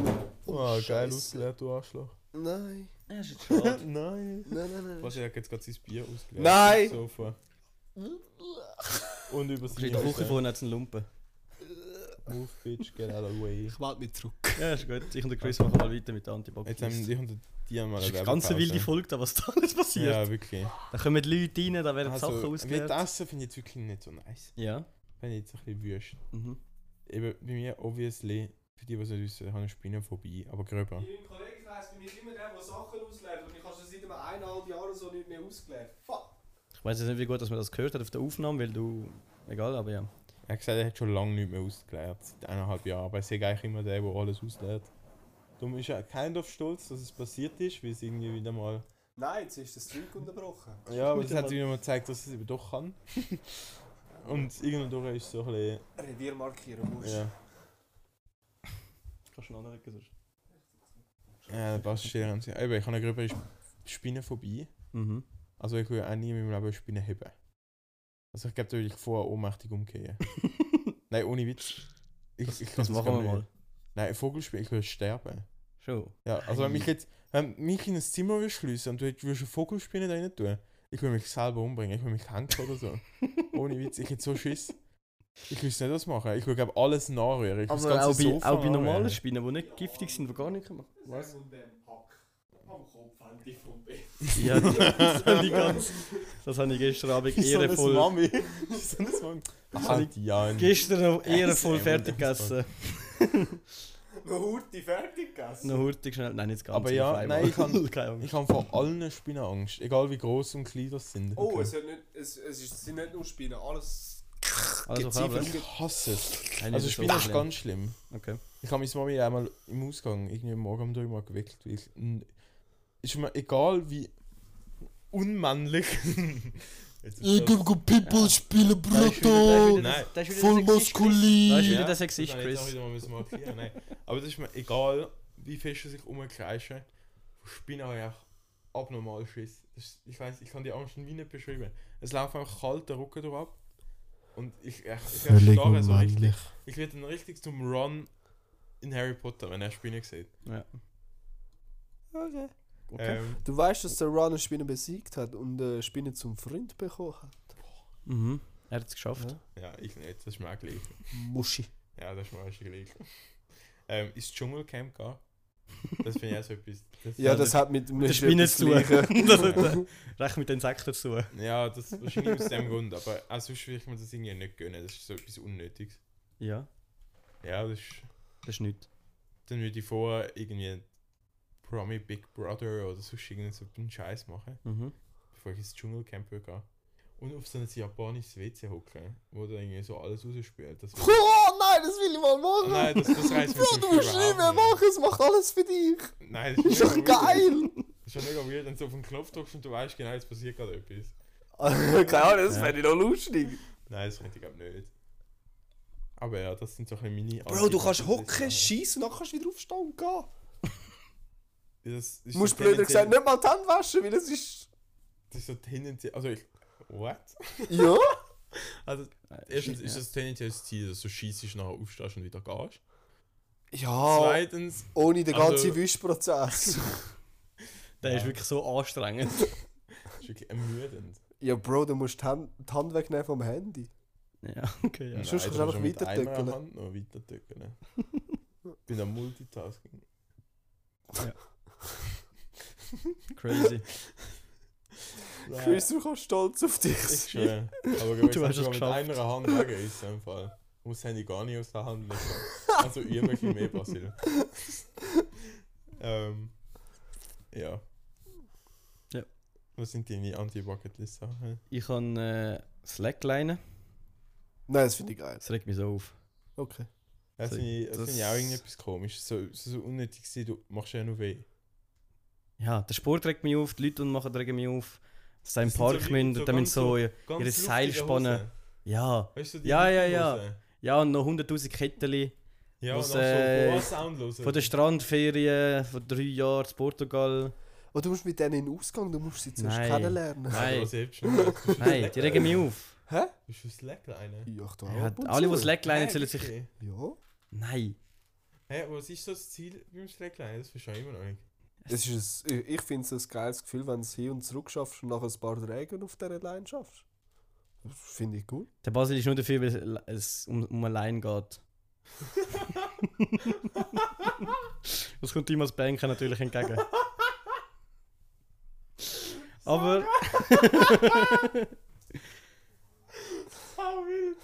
Oh,
geil
ausgeleert, du Arschloch.
Nein,
Nein.
nein, nein, nein.
Was, er hat jetzt gerade sein Bier ausgeleert.
Nein!
auf dem Sofa. Und über
In der Woche vorhin hat es einen Lumpen.
Move, bitch, get out of the way.
Ich warte mich zurück.
Ja, ist gut. Ich und der Chris machen mal weiter mit der
Jetzt haben
Anti-Bucket-List.
die unter dir mal
Das ist eine ganz wilde Folge, da, was da alles passiert.
Ja, wirklich.
Da kommen die Leute rein, da werden
Also,
Sachen ausgeleert.
Wettessen finde ich jetzt wirklich nicht so nice.
Ja.
Wenn ich jetzt ein bisschen wüsst.
Mhm.
eben bei mir, obviously, für die, die es nicht wissen, habe ich eine Spinnenphobie, aber gröber.
Mein Kollege heißt bei mir immer der, der Sachen auslebt. Und ich habe schon seit einem eineinhalb Jahren so nicht mehr ausgelebt. Fuck!
Ich weiß jetzt nicht, wie gut dass man das gehört hat auf der Aufnahme, weil du. Egal, aber ja.
Er hat gesagt, er hat schon lange nicht mehr ausgeleert, seit eineinhalb Jahren, aber er ist eigentlich immer der, der alles ausleert. Darum ist er kind of stolz, dass es passiert ist, weil es irgendwie wieder mal...
Nein, jetzt ist der Streak unterbrochen.
Ja, aber
Gut,
es hat
aber-
wieder mal gezeigt, dass es eben doch kann. Und irgendwann durch ist es so ein bisschen...
Revier markieren musst.
Ja,
Kannst du noch nicht sonst.
ja das ist sehr ganz- Eben, ich habe eine gröbere Spinnenphobie.
Mhm.
Also ich will auch nie in meinem Leben eine Spinne heben. Also ich glaube, da würde ich vorher ohnmächtig umkehren. Nein, ohne Witz. Ich, ich
Das
glaub,
machen wir
kann
mal.
nicht. Nein, Vogelspiel, ich würde sterben.
Schon.
Ja, also wenn mich jetzt, wenn mich in ein Zimmer würdest schliessen und du würdest eine Vogelspinne da rein tun, ich würde mich selber umbringen, ich würde mich hängen oder so. Ohne Witz, ich hätte so Schiss. Ich wüsste nicht, was machen. Ich würde, glaube alles nachrühren. Ich würd das
Aber auch
ganze
bei,
Sofa
auch bei normalen
nachrühren.
Spinnen, die nicht giftig sind, die gar nicht machen.
Was? Und dem Hack. Am Kopf hängt die vom Bett.
Ja, das habe ich ganz. Das habe ich gestern Abend
Wie so eine
ehrenvoll.
Mami. Wie so eine Mami.
hab
Halt, Jan.
Gestern noch ehrenvoll
Essen,
fertig
Mann, das
gegessen.
Noch Hurti fertig gegessen.
Noch hurtig schnell. Nein, nicht ganz.
Aber ja,
auf einmal.
nein, ich kann-
Keine Angst.
Ich habe vor allen Spinnen Angst, egal wie groß und klein das sind.
Oh, es, hat nicht, es, es, ist, es sind nicht nur Spinnen, alles
Also, Fabel.
gezielt.
ich hasse es.
Nein,
Also
das
Spinnen
so
ist ganz schlimm.
Okay.
Ich habe meine Mami einmal im Ausgang irgendwie am Morgen um 3 Mal geweckt. Weil ich, n- ist mir egal wie unmännlich. Jetzt
Äh,
ist das-
People spielen
wieder,
Nein.
das ist
voll
wieder der Sexist. Das ist
maskulin.
wieder
Ja,
der Sexist,
das habe ich jetzt auch
Chris.
wieder mal müssen markieren, nein. Aber das ist mir egal, wie fest sie sich rumkreischen. Von Spinnen habe ich auch abnormal Schiss. Das ist, ich weiß, ich kann die Angst wie nicht beschreiben. Es laufen einfach kalte Rücken drauf ab. Und ich, ich, ich, ich
Völlig
starre so richtig.
unmännlich.
Ich werde dann richtig zum Ron in Harry Potter, wenn er Spinnen sieht.
Okay.
Okay.
Ähm,
Du weißt, dass der Ron eine Spinne besiegt hat und eine Spinne zum Freund bekommen hat.
Mhm. Er hat es geschafft.
ja, ich nicht, das ist mir auch gleich.
Muschi.
Ja, das ist mir auch schon gleich. Ähm, ins Dschungelcamp gehen. Das finde ich auch so etwas. Das
Ja, das hat mit
Der
einer
Spinne zu tun. Das hat, äh, Recht mit den Insekten zu tun.
Ja, das wahrscheinlich aus dem Grund, aber auch sonst würde ich mir das irgendwie nicht gönnen. Das ist so etwas Unnötiges.
Ja,
Ja, das ist,
das ist nichts.
dann würde ich vorher irgendwie Promi Big Brother oder sonst irgendeinen so einen Scheiß machen,
Mhm.
bevor ich ins Dschungelcamp würde gehen. Und auf so ein japanisches WC hocken, wo da irgendwie so alles rausspült. Das
Oh nein, das will ich mal machen!
Nein, das, das reißt mich
Bro,
zum
du
Beispiel
musst nicht mehr
überhaupt
machen, es macht alles für dich!
Nein, das
Ist
mega
doch
weird.
geil!
Das ist schon mega weird, wenn du auf den Knopf drückst und du weißt genau, jetzt passiert gerade etwas.
Keine Ahnung, das fände ich noch lustig.
Nein, das könnte ich glaube nicht. Aber ja, das sind so ein bisschen meine
Bro, du kannst
Anti-Kapitalismus-Sachen.
hocken, schießen und dann kannst du wieder aufstehen und gehen.
Das ist
Du musst
so
blöder
tendenziell-
gesagt ne? nicht mal die Hände waschen, weil es ist...
Das ist so tendenziell. Also ich. What?
Ja?
Also erstens ist
Äh, ja.
das tendenziell das Ziel, dass du schießt, nachher aufstehst und wieder gehst.
Ja,
Zweitens,
ohne den
Also-
ganzen Wischprozess.
Der ist wirklich so anstrengend.
das ist wirklich ermüdend.
Ja, Bro, du musst die Hand, die Hand wegnehmen vom Handy.
ja, okay. Ja.
Nein,
Sonst kannst du
da
einfach ne?
musst mit einer
weitertöckeln.
Hand noch weitertöckeln. Ich bin am Multitasking.
Crazy.
Nein,
Chris, du kannst stolz auf dich
Ich
sein.
schwöre. Aber du
Du hast
hast
es
es mit
geschafft.
einer Hand wegen ist im Fall. Du musst das Handy gar nicht aus der Hand legen. Also ihr ein bisschen mehr, Basil. ähm, ja.
Ja.
Was sind deine Anti-Bucketlist-Sachen?
Ich kann äh, Slackline.
Nein, das finde ich geil.
Das regt mich so auf.
Okay.
Das
So,
finde ich, Also, das
das-
find ich auch irgendetwas komisch. So, so, so unnötig gewesen, du machst ja nur weh.
Ja, der Sport regt mich auf, die Leute, die machen, regen mich auf. Dass sie im
Das sind
Park
so Leute,
müssen,
so
so damit
ganz
so.
Ganz
Ihre
luftige
Seilspanne.
Hosen.
Ja,
Weißt du, die
Ja, ja,
luftige
ja.
Hosen.
ja, und noch 100.000 Kettchen.
Ja,
Was,
und dann
äh,
so Sound hören.
Von der Strandferien, von drei Jahren in Portugal.
Und du musst mit denen in den Ausgang, du musst sie zuerst
Nein.
kennenlernen.
Nein,
Nein.
das hilft schon. Du bist ein
Nein, die regen mich auf.
Hä?
Bist du Slackline?
Ja, ich da
Ja,
ab und
alle,
zu.
die Slackline sollen sich.
Hä,
Ja.
Nein.
was ist so das Ziel beim Slackline? Das verstehe ich immer noch nicht.
Es ist ein, ich finde es ein geiles Gefühl, wenn du es hin und zurück schaffst und nach ein paar Trägen auf dieser Line schaffst. Das Finde ich gut.
Der Basil ist nur dafür, weil es um, um allein geht. das kommt ihm als Banker natürlich entgegen. Aber.
So wild.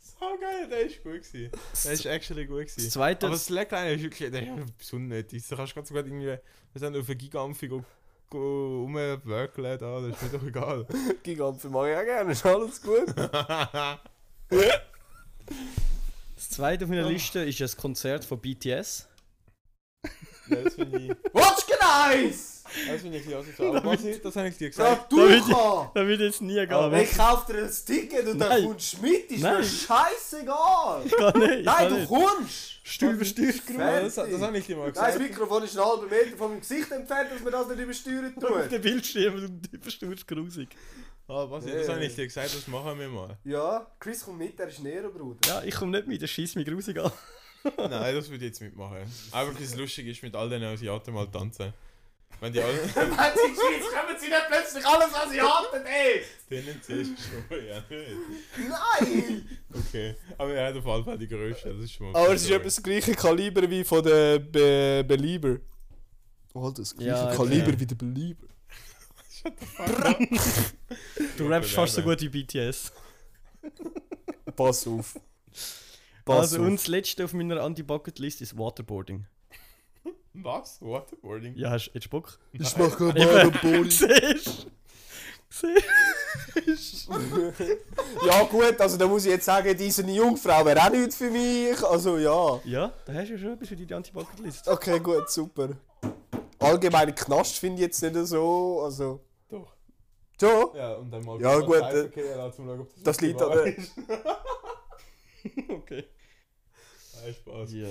So geil. der ist gut gewesen. Der ist actually gut gewesen.
Das Zweite-
Aber das Slack Line ist wirklich, der ist besonders nötig. Da kannst du ganz so gut irgendwie, wir sind auf eine Gigampfung rumwerkeln da, das ist mir doch egal.
Gigant für Mario auch gerne, ist alles gut.
Das zweite auf meiner Liste ist ein Konzert von BTS.
das finde ich,
Watch nice!
das finde ich ein bisschen aber was- das habe ich dir
Sag
gesagt.
du kann!
Da wird jetzt nie gehen.
Ich kauf dir ein Ticket und dann
Nein.
kommst du mit, ist
Nein.
mir scheißegal!
kann nicht.
Nein, du kommst!
Stuhl übersteuert
Fertig.
Genau, Das, das habe ich dir mal
Nein, das
gesagt.
Mikrofon ist einen halben Meter von meinem Gesicht entfernt, dass man das nicht übersteuern tut.
Der Bildschirm, du verstehst grusig.
Ah, was, das habe ich dir gesagt, das machen wir mal.
Ja, Chris kommt mit, er ist näher, Bruder.
Ja, ich komme nicht mit, der schießt mich grusig an.
Nein, das würde ich jetzt mitmachen. Aber das lustig ist, mit all den Asiaten mal tanzen. Wenn die alle.
Wenn sie in die Schweiz kommen, sie nicht plötzlich alles, was sie hatten, ey!
Tendenziell schon, ja nicht.
Nein!
Okay. Aber er hat auf jeden Fall die größte, das ist schon mal.
Aber es ist etwas das gleiche Kaliber wie von der Be Belieber. Oh, das gleiche
Ja,
Kaliber
ja.
wie der Belieber.
Du rappst fast so gut wie BTS.
Pass auf. Pass
Also,
auf.
und das letzte auf meiner Anti-Bucket-List ist Waterboarding.
Was? Waterboarding?
Ja, hast du jetzt Bock?
Ich mach grad mal einen Bulli.
Siehst du?
Ja gut, also da muss ich jetzt sagen, diese Jungfrau wäre auch nichts für mich. Also ja.
Ja, da hast du ja schon etwas für die Anti-Bucket-List.
Okay, gut, super. Allgemeine Knast finde ich jetzt nicht so, also...
Doch.
So,
Ja, und dann mal.
Ja, gut, äh,
Okay, ja, zum Schauen, ob das,
das liegt
wahr
an der...
ist.
Okay.
Nein, Spaß.
Ja.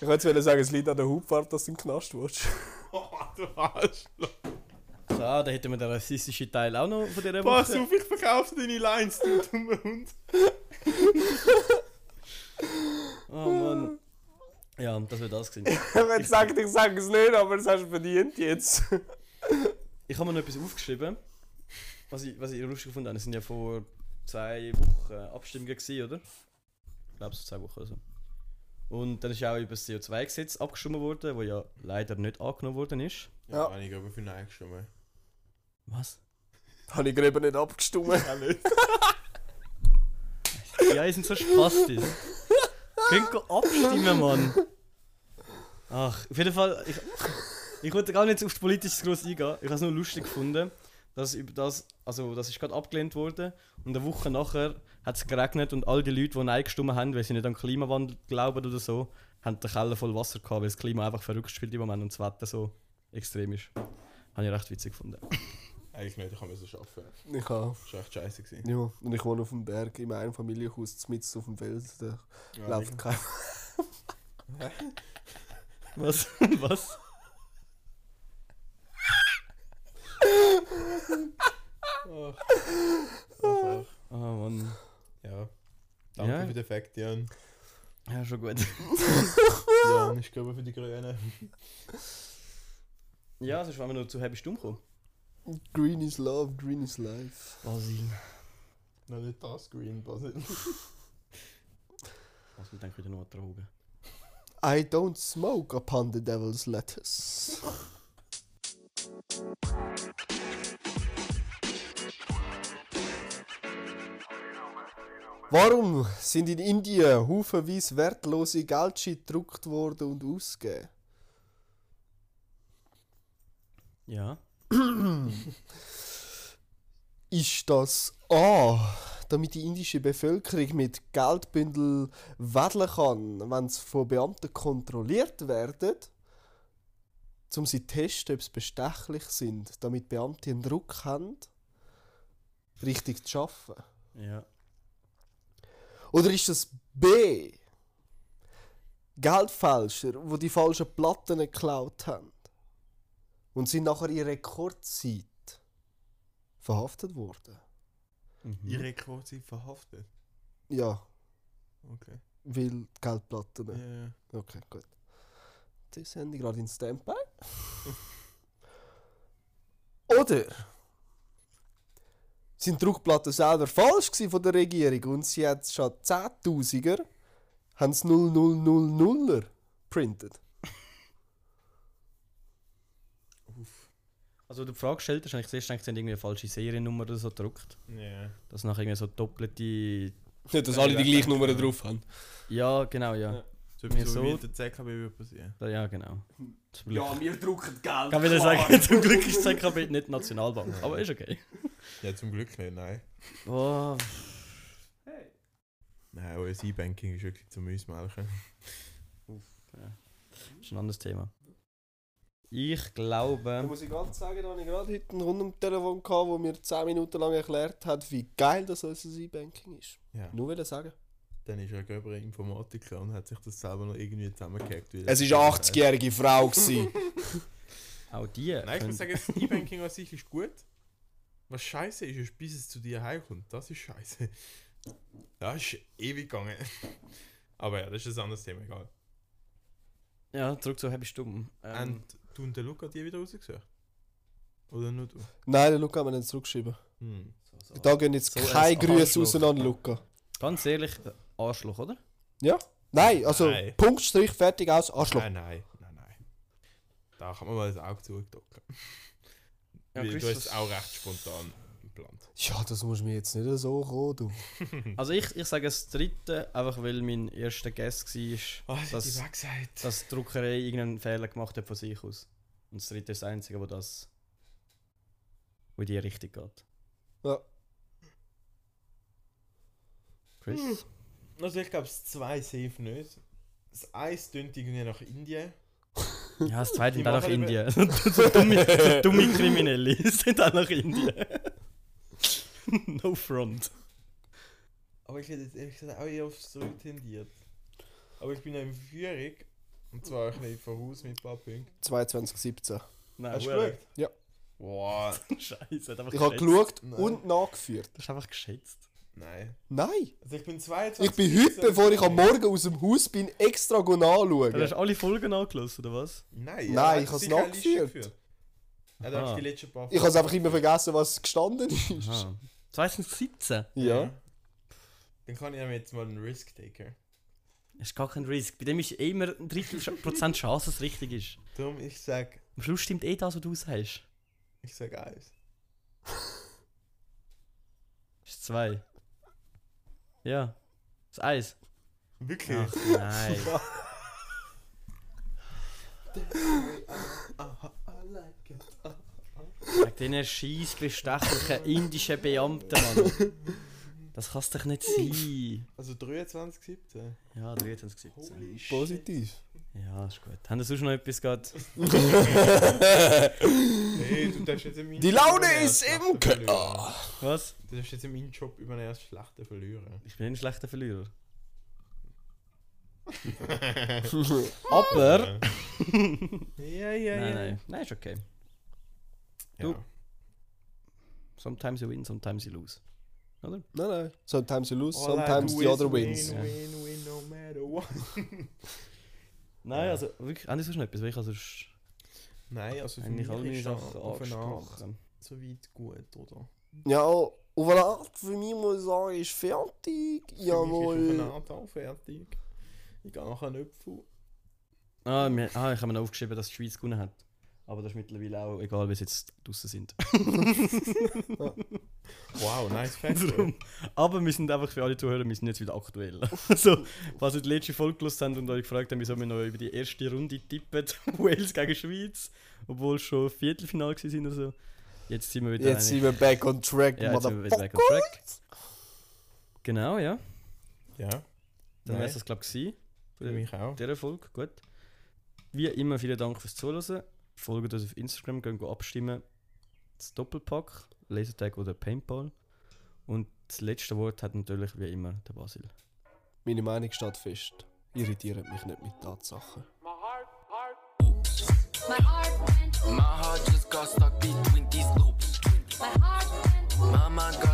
Ich wollte jetzt sagen, es liegt an der Hauptfahrt, dass du in den Knast willst.
Oh, du Arschloch.
So, da hätten wir den rassistischen Teil auch noch von dieser Woche.
Pass auf, ich verkaufe deine Lines, du dummer Hund.
Oh Mann. Ja, das wäre das gewesen.
Ich würde sagen, ich sage es nicht, aber es hast du verdient jetzt.
Ich habe mir noch etwas aufgeschrieben, was ich, was ich lustig gefunden habe. Es sind ja vor zwei Wochen Abstimmungen, gewesen, oder? Ich glaube, so zwei Wochen oder so. Und dann ist ja auch über das CO2-Gesetz abgestimmt worden, wo ja leider nicht angenommen worden ist.
Ja, ja. ich glaube, für Nein geschoben.
Was?
Habe ich gerade nicht abgestimmt.
Ja, nicht.
Ja, ihr sind so spastisch. Könnt ihr abstimmen, Mann. Ach, auf jeden Fall, ich, ich wollte gar nicht auf das politische groß eingehen. Ich habe es nur lustig gefunden, dass über das, also das ist gerade abgelehnt worden und eine Woche nachher hat es geregnet und all die Leute, die Nein gestimmt haben, weil sie nicht an den Klimawandel glauben oder so, haben den Keller voll Wasser gehabt, weil das Klima einfach verrückt spielt im Moment und das Wetter so extrem ist. Habe ich recht witzig gefunden.
Eigentlich nicht, ich kann mir so schaffen.
Ich auch.
Das war echt scheiße. Gewesen.
Ja, und ich wohne auf dem Berg im Einfamilienhaus, mitten auf dem Feld. Da
Ja,
läuft kein...
Was? Was?
Einfach.
Oh Mann.
Ja. Danke
Ja.
für den Fakt, Jan.
Ja, schon gut.
Jan, ich glaube für die Grünen.
Ja, sonst waren wir nur zu halb stumm gekommen.
Green is love, green is life.
Basil.
Noch nicht das Green, Basil.
Was wir denken, wieder nur an Drogen.
I don't smoke upon the devil's lettuce. Warum sind in Indien haufenweise wertlose Geldscheine gedruckt worden und ausgegeben?
Ja.
Ist das A, damit die indische Bevölkerung mit Geldbündel wedeln kann, wenn sie von Beamten kontrolliert werden, um sie zu testen, ob sie bestechlich sind, damit Beamte einen Druck haben, richtig zu arbeiten?
Ja.
Oder ist das B, Geldfälscher, wo die falschen Platten geklaut haben und sind nachher in Rekordzeit verhaftet worden?
Mhm.
Ihre Kurze verhaftet.
Ja.
Okay.
Weil Geldplatten.
Ja, ja.
Okay, gut. Das Handy gerade in Standby. Oder sind Druckplatten selber falsch gewesen von der Regierung und sie hat schon 10.000er haben es 0000er printet.
Also, wenn du die Frage gestellt hast, habe ich zuerst gedacht, sie haben irgendwie eine falsche Seriennummer oder so gedruckt.
Ja.
Dass nachher irgendwie so doppelte.
Nicht, dass alle die gleichen Nummern drauf haben.
Ja, genau, ja.
So
Mir
etwas, so
so-
wie in der ZKB wird passieren.
Da, ja, genau. Zum Glück.
wir drucken Geld.
Kann wieder sagen, zum Glück ist die ZKB nicht die Nationalbank. Aber ist okay.
Ja, zum Glück nicht, nein.
Oh,
Nein, unser E-Banking ist wirklich zum Ausmelken.
ist ein anderes Thema. Ich glaube.
muss ich ganz sagen, da habe ich gerade heute einen Rund am Telefon gehabt, der mir 10 Minuten lang erklärt hat, wie geil das unser E-Banking ist.
Ja.
Nur will ich sagen.
Dann ist er selber ein Informatiker und hat sich das selber noch irgendwie zusammengehackt. weil er-
Es war eine 80-jährige Frau. Gewesen.
Auch die.
Nein, ich
können-
muss sagen, das E-Banking an sich ist gut. Was scheiße ist, ist, bis es zu dir heimkommt. Das ist scheiße. Das ist ewig gegangen. Aber ja, das ist ein anderes Thema, egal.
Ja, zurück zu Happy Stumm. Ähm,
Und du und der Luca die wieder rausgesucht? Oder nur du?
Nein, den Luca haben wir nicht zurückgeschrieben.
Hm.
Da gehen jetzt
So
keine
ein
Grüße
Arschloch.
auseinander, Luca.
ganz ehrlich, Arschloch, oder?
Nein, also
Nein.
Punkt, Strich, fertig, aus, Arschloch.
Nein, nein, nein, nein. Da kann man mal das Auge zugedocken.
Ja,
Weil du
Christus.
hast es auch recht spontan geplant.
Ja, das musst du mir jetzt nicht so kommen, du.
Also ich, ich sage das dritte, einfach weil mein erster Guess war, dass,
gesagt.
dass die Druckerei irgendeinen Fehler gemacht hat von sich aus. Und das dritte ist das einzige, wo das wo in die Richtung geht.
Ja.
Chris?
Also ich glaube, es zwei safe nicht. Das eins tönt irgendwie nach Indien.
Ja, das zweite
Die
sind auch nach
machen eben-
Indien. so dumme, so dumme Kriminelle sind auch nach Indien. no front.
Aber ich hätte jetzt ehrlich gesagt auch eher auf Sylt tendiert. Aber ich bin auch in Führung. Und zwar ein bisschen voraus mit ein paar Punkten.
2017.
Nein,
Hast du
Hure.
geschaut?
Ja.
Boah.
Scheiße, hat einfach
Ich habe
geschätzt.
geschaut
Nein.
und nachgeführt.
Das ist einfach geschätzt.
Nein.
Nein!
Also ich bin 22.
Ich bin heute, bevor ich am Morgen aus dem Haus bin, extra nachschauen.
Du hast du alle Folgen angelassen, oder was?
Nein.
Nein,
er hat
ich hab's
sicher eine Liste
nachgeführt.
geführt. Ja, da
Aha.
hast du die letzten paar
Ich habe einfach immer vergessen, was gestanden ist.
Ah.
Aha. 2017?
Ja.
Dann kann ich ihm jetzt mal einen Risk taker.
Das ist gar kein Risk. Bei dem ist eh immer ein Drittel Sch- Prozent Chance, dass es richtig ist.
Darum, ich sag,
Am Schluss stimmt eh das, was du sagst.
ich sag eins.
Das ist zwei. Ja. Das Eis.
Wirklich?
Ach nein. Wegen diesen scheiß bestechlichen indischen Beamten, Mann. Das kann es doch nicht sein.
Also 23, 17.
Ja, 23, 17.
Holy shit.
Positiv.
Ja, ist gut. Haben Sie sonst noch etwas gerade?
Hey, du darfst jetzt in meinen
Die
Job
Laune
übernehmen,
ist
Schlachten
im Ah. Keller.
verlieren.
Was?
Du darfst jetzt in meinen Job über eine erste Schlacht verlieren.
Ich bin ein schlechter Verlierer.
Ja,
Aber...
ja, ja.
Nein, nein. Nein, ist okay.
Du.
Du. Sometimes you win, sometimes you lose.
Nein, nein. Sometimes you
Oh,
lose, sometimes the other wins.
Win, win, win, no matter what.
Nein,
Ja.
also wirklich, haben Sie sonst noch etwas? Weil ich also sonst
Nein, also für
eigentlich alle
mich
meine
ist das
Sachen
auf eine Art
angesprochen.
so weit gut, oder?
Ja, oh, auf eine Art für mich muss ich sagen, ist fertig.
Für mich ist auf
Jawohl.
eine Art auch fertig. Ich gehe nachher einen Apfel.
Ah, wir, ah, ich habe mir noch aufgeschrieben, dass die Schweiz gewonnen hat. Aber das ist mittlerweile auch egal, wie sie jetzt draußen sind.
Wow, nice Fact.
Drum. Aber wir sind einfach für alle Zuhörer, wir sind jetzt wieder aktuell. also, falls ihr die letzte Folge gelesen habt und euch gefragt habt, wieso wir noch über die erste Runde tippen, Wales gegen Schweiz, obwohl schon Viertelfinale gewesen sind oder so. Jetzt sind wir wieder
Jetzt sind wir back on track,
ja, jetzt sind wir wieder back on
motherfucker.
track. Genau, ja.
Ja,
Dann wäre es
Nein.
das, glaube ich, gewesen.
für mich auch.
dieser Folge. Gut. Wie immer, vielen Dank fürs Zuhören. Folgt uns auf Instagram, gehen go abstimmen. Das Doppelpack, Lasertag oder Paintball. Und das letzte Wort hat natürlich wie immer der Basil.
Meine Meinung steht fest. Irritiert mich nicht mit Tatsachen.
My heart went,
My heart just got stuck between these loops.
my heart went,
My mind got